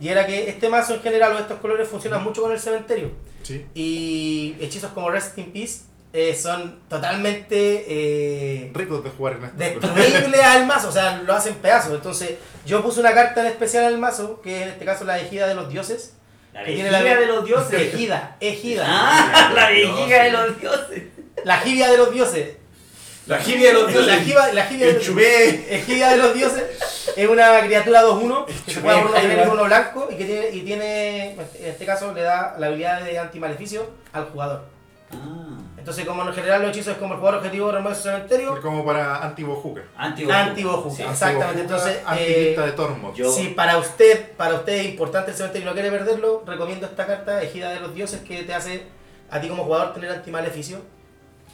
E: Y era que este mazo en general o estos colores funcionan mucho con el cementerio.
D: Sí.
E: Y hechizos como Rest in Peace eh, son totalmente eh,
D: Ricos de jugar en esto.
E: destruibles al mazo, o sea, lo hacen pedazos. Entonces, yo puse una carta en especial al mazo, que es en este caso la ejida de los dioses.
B: La
E: que tiene
B: vejiga
E: la-
B: de los dioses.
E: Ejida, ejida.
B: Ah, la vejiga de los dioses.
E: La jibia de los dioses.
C: La jibia de los dioses.
E: La jibia, la jibia de
C: El
E: los
C: chubé.
E: Ejida de los dioses es una criatura 2-1 que se
C: Chupé,
E: juega por uno
C: ahí
E: genérico
C: va.
E: uno blanco y que tiene, y tiene, en este caso, le da la habilidad de antimaleficio al jugador.
C: Ah.
E: Entonces, como en general los hechizos es como el jugador objetivo remueve su cementerio,
D: Como para antibojuca.
B: Antibojú.
E: antibojuca.
B: Sí.
E: Exactamente, entonces,
D: Antiquista
E: eh,
D: de Tormod.
B: yo-
E: si para usted, para usted es importante el cementerio y no quiere perderlo, recomiendo esta carta, Ejida de los dioses, que te hace a ti como jugador tener antimaleficio.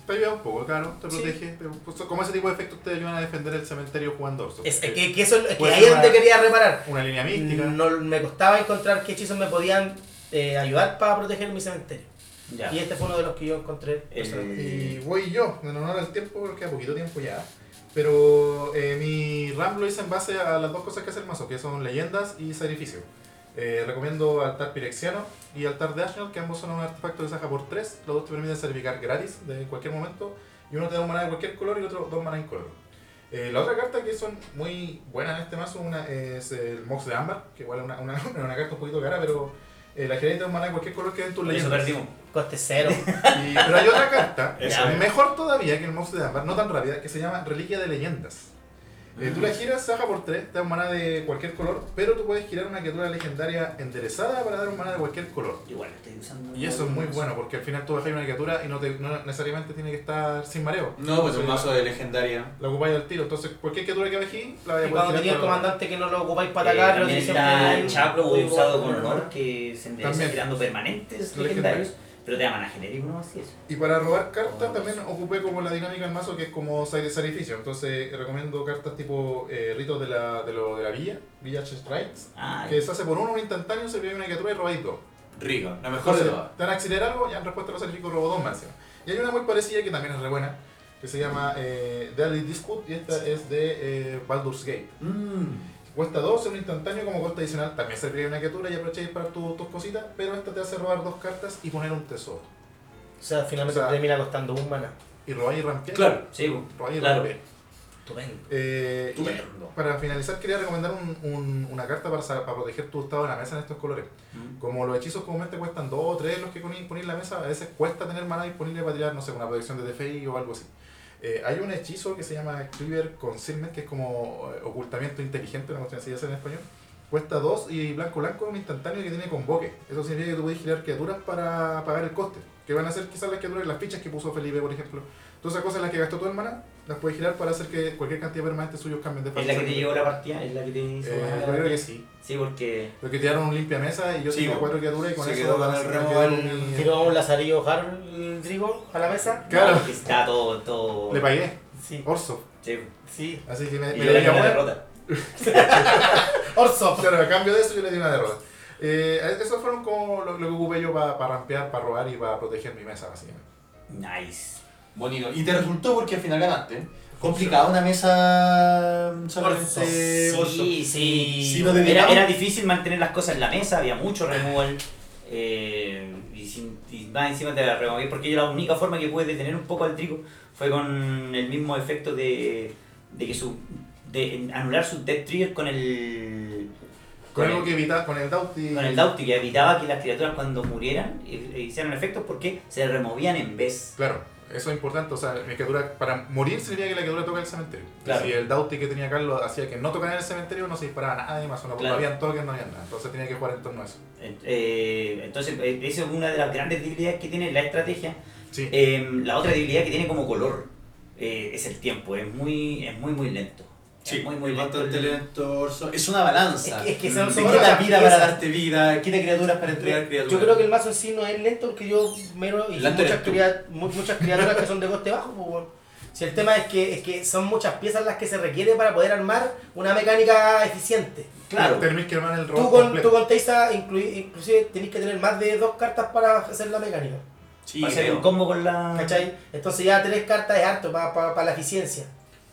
D: Te ayuda un poco, claro, te
E: Sí.
D: protege. te- pues, Como ese tipo de efectos te ayudan a defender el cementerio jugando Orso.
E: Es,
D: Eh,
E: que, que eso, es que
D: Pues
E: ahí es
D: una-
E: donde quería reparar.
D: Una línea mística.
E: No, me costaba encontrar qué hechizos me podían eh, ayudar para proteger mi cementerio.
B: Ya.
E: Y este fue uno de los que yo encontré. personalmente.
D: Y voy yo, en honor al tiempo, porque queda poquito tiempo ya. Pero eh, mi RAM lo hice en base a las dos cosas que hace el mazo, que son leyendas y sacrificio. Eh, recomiendo Altar Pirexiano y Altar de Ashnel, que ambos son un artefacto de Saja por 3. Los dos te permiten sacrificar gratis de cualquier momento. Y uno te da un maná de cualquier color y el otro dos maná incolor. Eh, la otra carta que son muy buenas en este mazo una es el Mox de Ámbar, que igual es una, una, una carta un poquito cara, pero eh, la genera y te da un maná de cualquier color que den tus
B: Por eso
D: leyendas.
B: perdimos.
E: Coste cero.
D: Y- pero hay otra carta,
B: Eso.
D: mejor todavía que el mouse de ámbar, no tan rápida, que se llama Reliquia de Leyendas. Eh, tú la
E: Ah.
D: giras, saca por 3, te da un maná de cualquier color, pero tú puedes girar una criatura legendaria enderezada para dar un maná de cualquier color.
B: Igual lo estoy usando.
D: Y eso es muy bueno, porque al final tú bajas una criatura y no, te- no necesariamente tiene que estar sin mareo.
C: No, pues un
D: Sí.
C: mazo de legendaria.
D: La ocupáis al tiro, entonces cualquier criatura que bají, la vais
E: Y
D: a
E: cuando
D: poder
E: tenía el
D: tirar para-
E: comandante que no lo ocupáis para
B: Para
E: atacar, lo
B: eh, también
E: que
B: está
E: siempre-
B: el Chaplo
E: Uy,
B: usado
E: bueno,
B: con honor,
E: ¿no?
B: que se endereza
D: También.
B: tirando permanentes
D: Legendario.
B: legendarios, pero te da mana genérico, ¿no? Así es.
D: Y para robar
E: Ah,
D: cartas también ocupé como la dinámica del mazo que es como sa- sacrificio. Entonces eh, recomiendo cartas tipo eh, ritos de la, de, lo, de la villa, Village Rites,
B: Ah,
D: que se hace por uno, un instantáneo, se pide una criatura y robáis dos.
C: Rica, la mejor de
D: Entonces,
C: todas.
D: te van a auxiliar algo y en respuesta lo sacrifico robo dos más. encima. Y hay una muy parecida que también es re buena, que se llama eh, Deadly Dispute y esta es de eh, Baldur's Gate.
C: Mmm.
D: Cuesta 2, un instantáneo como coste adicional. También se pide una criatura y aprovecháis para tu- tus cositas, pero esta te hace robar dos cartas y poner un tesoro.
E: O sea, finalmente
D: O sea,
E: termina costando un mana.
D: Y robáis y rampeáis.
C: Claro.
B: sí, bu.
D: Robáis y
B: claro.
D: rampeáis.
E: Estupendo.
D: Eh, y
C: Estupendo.
D: para finalizar, quería recomendar un- un- una carta para, sa- para proteger tu estado de la mesa en estos colores.
B: Mm.
D: Como los hechizos comúnmente cuestan 2 o 3 los que ponéis ponéis en la mesa, a veces cuesta tener maná disponible para tirar, no sé, una protección de TFI o algo así. Eh, hay un hechizo que se llama Cleaver Concealment, que es como eh, ocultamiento inteligente, una cuestión así, ya sé en español. Cuesta 2 y blanco blanco es un instantáneo que tiene convoque. Eso significa que tú puedes girar criaturas para pagar el coste, que van a ser quizás las criaturas, las fichas que puso Felipe, por ejemplo. Todas esas cosas en las que gastó todo el maná, las puedes girar para hacer que cualquier cantidad permanente suyo cambien de
B: Es la que te llevó la partida, es la que te hizo ganar
D: Eh,
B: la
D: yo creo
B: partida.
D: que sí.
B: Sí, porque.
D: Lo que tiraron un limpia mesa y yo
C: Sí,
D: tenía
C: po.
D: cuatro criaturas y con
C: Se
D: eso
C: quedó con el
D: me
C: remo
D: quedó
C: al-
D: mi-
E: Tiró un lazarillo Harold Drigo a la mesa.
D: Claro.
B: no, porque está todo. todo...
D: Le pagué,
E: Sí,
D: Orso.
B: Sí, bu.
E: sí.
D: Así que me,
B: Y
D: me
B: yo
D: le
B: le
D: di
B: gané la
D: una derrota.
B: derrota.
E: Orso.
D: Claro, a cambio de eso yo le di una derrota. Eh, esos fueron como lo, lo que ocupé yo para rampear, para robar y para proteger mi mesa, básicamente.
B: Nice.
C: Bonito. Y te resultó porque al final ganaste. Complicada una mesa mm, solamente.
E: Orso.
C: Orso.
B: Sí, sí.
C: Si nos
B: era,
C: dedicamos-
B: era difícil mantener las cosas en la mesa, había mucho removal. eh, y, sin, y más encima te la removí porque yo la única forma que pude detener un poco al trigo fue con el mismo efecto de, de que su de anular su death trigger con el
D: Con
B: con
D: algo que
B: el,
D: evitaba, con el Dauti.
B: con el Dauti, que evitaba que las criaturas cuando murieran eh, eh, hicieran efectos porque se removían en vez
D: Claro, eso es importante. O sea, mi criatura, para morir significa que la criatura toca el cementerio. Y
B: Claro.
D: Si el Dauti que tenía Carlos hacía que no tocara en el cementerio, no se disparaba nada y más. No,
B: Claro.
D: habían tokens, no había nada. Entonces tenía que jugar en torno a eso.
B: Eh, eh, entonces eh, esa es una de las grandes debilidades que tiene la estrategia
D: Sí.
B: Em, la otra debilidad que tiene como color eh, es el tiempo, es muy, es muy, muy lento.
C: Sí,
B: es muy, muy lento.
C: bastante
B: el-
C: lento, Orso. Es una balanza.
E: Es que- es que
C: Mm.
E: son-
C: Te
E: son
C: quita
E: muchas
C: vida
E: piezas.
C: para darte vida, quita criaturas para entregar criaturas.
E: Yo creo que el mazo en sí no es lento porque yo mero y
C: Lento
E: muchas,
C: eres tú.
E: cria- mu- muchas criaturas que son de coste bajo, pues, weón. Si el tema es que, es que son muchas piezas las que se requiere para poder armar una mecánica eficiente.
B: Claro,
D: Tenés que armar el
E: Tú
D: robot
E: con,
D: completo.
E: tú con Teisa inclui- inclusive tenés que tener más de dos cartas para hacer la mecánica.
C: Sí,
B: va a ser
C: creo.
B: un combo con
C: Ah.
B: la.
E: ¿Cachai? Entonces ya tres cartas es harto para la eficiencia.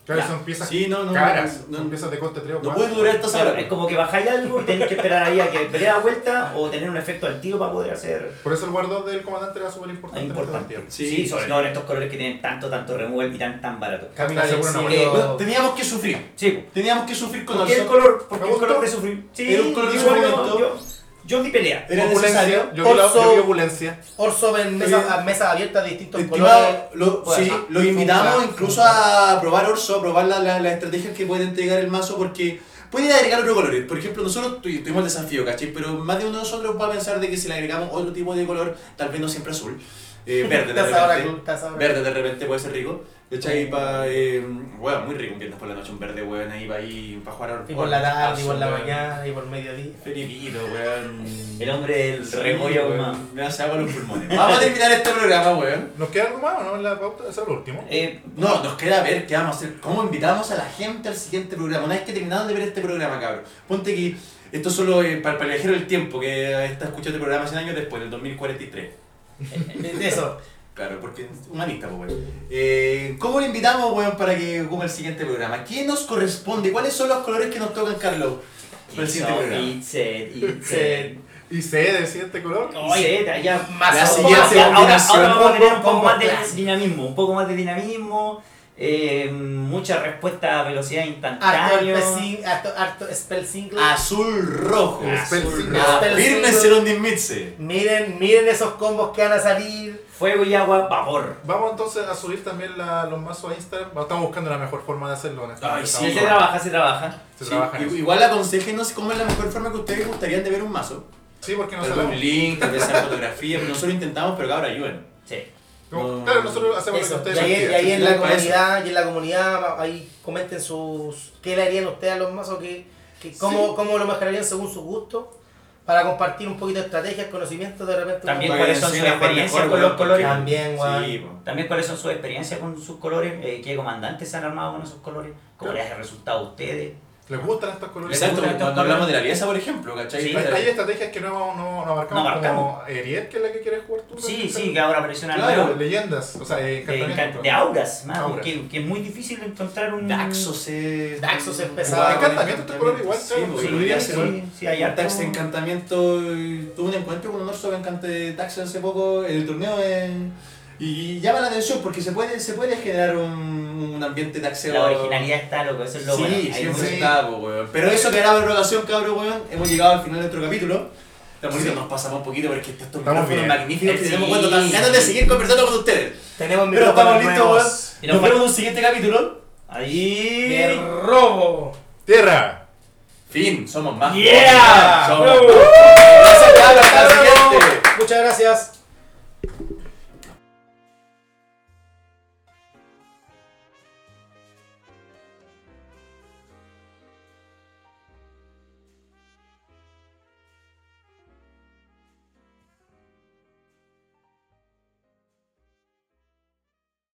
D: Claro,
B: Ya.
D: son piezas
C: Sí, no, no.
D: caras.
C: no,
D: son
C: no,
D: piezas de coste 3 o
C: no
D: 4.
C: puede durar estas
B: Claro,
C: horas.
B: es como que bajáis algo y tenéis que esperar ahí a que pelee la vuelta o tener un efecto al tiro para poder hacer.
D: Por eso el guardo del comandante era súper importante. en este
B: importante.
D: tiempo.
B: Sí,
C: Sí,
B: sobre
C: sí.
B: todo en estos colores que tienen tanto, tanto remover y tan, tan barato.
D: Camila seguro no
E: Sí,
D: murió.
E: eh,
C: Bueno, teníamos que sufrir.
B: Sí, po.
C: Teníamos que sufrir con
B: ¿por qué el
C: Orso.
B: color? ¿Por qué el
D: ¿Me gustó?
B: color de sufrir? Sí,
C: Era un color de
B: yo-
C: sufrimiento.
B: yo- Yo di pelea.
C: Era
D: Opulencia,
C: necesario.
D: Yo vi, la- yo
E: Orso-
D: vi opulencia.
E: Orso en mesa-
C: Sí.
E: a mesas abiertas de distintos colores.
C: Estimado, lo,
E: Bueno,
C: sí,
E: ah,
C: lo invitamos incluso a probar Orso, a probar las la, las estrategias que puede entregar el mazo, porque puede agregar otros colores. Por ejemplo, nosotros tu- tuvimos el desafío, ¿cachai? Pero más de uno de nosotros va a pensar de que si le agregamos otro tipo de color, tal vez no siempre azul, eh, verde de
E: Estás ahora
C: repente.
E: con- estás ahora-
C: Verde de repente puede ser rico. De hecho, ahí pa, eh, weón, muy rico un viernes por la noche, un verde, weón, ahí va ahí para jugar
E: Y por la tarde, y por la mañana, y por mediodía.
C: Felipito, weón.
B: El hombre del remollo, más.
C: Sí, weón, Me hace agua los pulmones. Vamos a terminar este programa, weón.
D: ¿Nos queda algo más o no en la pauta? Eso es lo último.
B: Eh,
C: No, nos queda ver qué vamos a hacer, cómo invitamos a la gente al siguiente programa. Una vez que terminamos de ver este programa, cabrón, ponte que esto solo eh, para, para elegir el tiempo que está escuchando el programa 100 años después, del 2043.
E: Eso.
C: Claro, porque es humanista, pues, weón. Eh, ¿Cómo le invitamos, weón, para que coma el siguiente programa? ¿Qué nos corresponde? ¿Cuáles son los colores que nos tocan, Carlos? Para el
B: it's
C: siguiente
B: all-
C: programa.
B: it's it, it's it.
D: Y sé de siguiente color.
B: Oye, ya más
C: La
B: ahora-
C: siguiente
B: ahora- ahora,
C: combinación.
B: vamos a tener un poco
E: Combo,
B: más de
E: combo.
B: dinamismo, un poco más de dinamismo, eh, mucha respuesta a velocidad
E: Harto
B: instantánea.
E: spell, harto, harto spell single.
C: Ah, Azul rojo.
D: Spell
B: Azul
D: Single.
E: rojo.
C: Afírmense donde inmitse.
E: Miren, miren esos combos que van a salir.
B: Fuego y agua, vapor.
D: Vamos entonces a subir también la- los mazos a Instagram. Bueno, Estamos buscando la mejor forma de hacerlo. honestamente.
C: Ay, sí,
B: Si
D: Estamos
B: se
D: trabajando.
B: trabaja, se trabaja.
D: Se
C: Sí,
D: trabaja en
C: i-
D: eso.
C: Igual aconsejenos cómo es la mejor forma que ustedes gustarían de ver un mazo.
D: Sí, porque no
C: Algún
D: sabemos.
C: link, tal vez alguna fotografía, pero nosotros intentamos, pero ahora ayuden.
B: Sí.
D: Como- Claro, nosotros hacemos
E: Eso,
D: lo que
E: y
D: ustedes
E: ahí,
D: nos
E: y ahí
D: pidan.
E: en la
C: Para eso.
E: comunidad, y en la comunidad, va- ahí comenten sus. ¿Qué le harían ustedes a los mazos? ¿Qué, qué- cómo,
C: Sí.
E: ¿Cómo lo mejorarían según su gusto? Para compartir un poquito de estrategias, conocimientos, de repente.
B: También
E: como-
B: cuáles son sus experiencias con los colores.
E: También, weón.
C: Sí, po.
B: También cuáles son sus experiencias con sus colores, Eh, qué comandantes se han armado con esos colores, cómo les ha resultado a ustedes.
D: ¿Les gustan estos colores?
C: Exacto,
B: Exacto.
C: cuando hablamos de la alianza, por ejemplo, ¿cachai?
B: Sí.
D: Hay, hay estrategias que no, no, no abarcamos,
B: No abarcamos.
D: como Eriet, que es la que quieres jugar tú.
B: Sí,
D: ¿no?
B: sí, que ahora apareció una
C: Pues Claro,
B: nueva
D: Claro, leyendas, o sea, eh,
B: de,
D: encantamientos.
B: de auras, más,
D: Auras.
B: porque- que es muy difícil encontrar un...
C: Daxos eh, es...
E: Daxos es pesado.
D: Ah, encantamiento, este color igual,
C: Sí,
D: claro.
C: po,
B: Sí,
C: debería
B: sí,
C: ser un-
B: sí, hay harto.
C: Dax de encantamiento. eh, Tuve un encuentro con un orso de encante Dax hace poco en el torneo en- y llama la atención porque se puede, se puede generar un, un ambiente Daxeo.
B: La originalidad está, loco, eso es lo
C: sí,
B: bueno. Hay
C: siempre
B: mucho-
C: está, po, weón. Pero eso quedará por rotación, cabrón, weón. Hemos llegado al final de nuestro capítulo. Tamorito,
D: Sí.
C: nos pasamos un poquito porque estos
D: Estamos
C: micrófonos
D: bien.
C: magníficos que
B: Sí.
C: tenemos cuando tan ganas de seguir conversando con ustedes.
E: Tenemos
C: Pero estamos
E: micrófonos
C: listos,
E: nuevos.
C: weón.
B: Y nos
C: Nos
B: falta-
C: vemos en un siguiente capítulo.
E: De
B: Ahí...
E: robo.
D: Tierra.
C: Fin, somos más.
B: Yeah.
C: Uh. Somos más. Eso ya, hasta la siguiente.
E: Muchas gracias.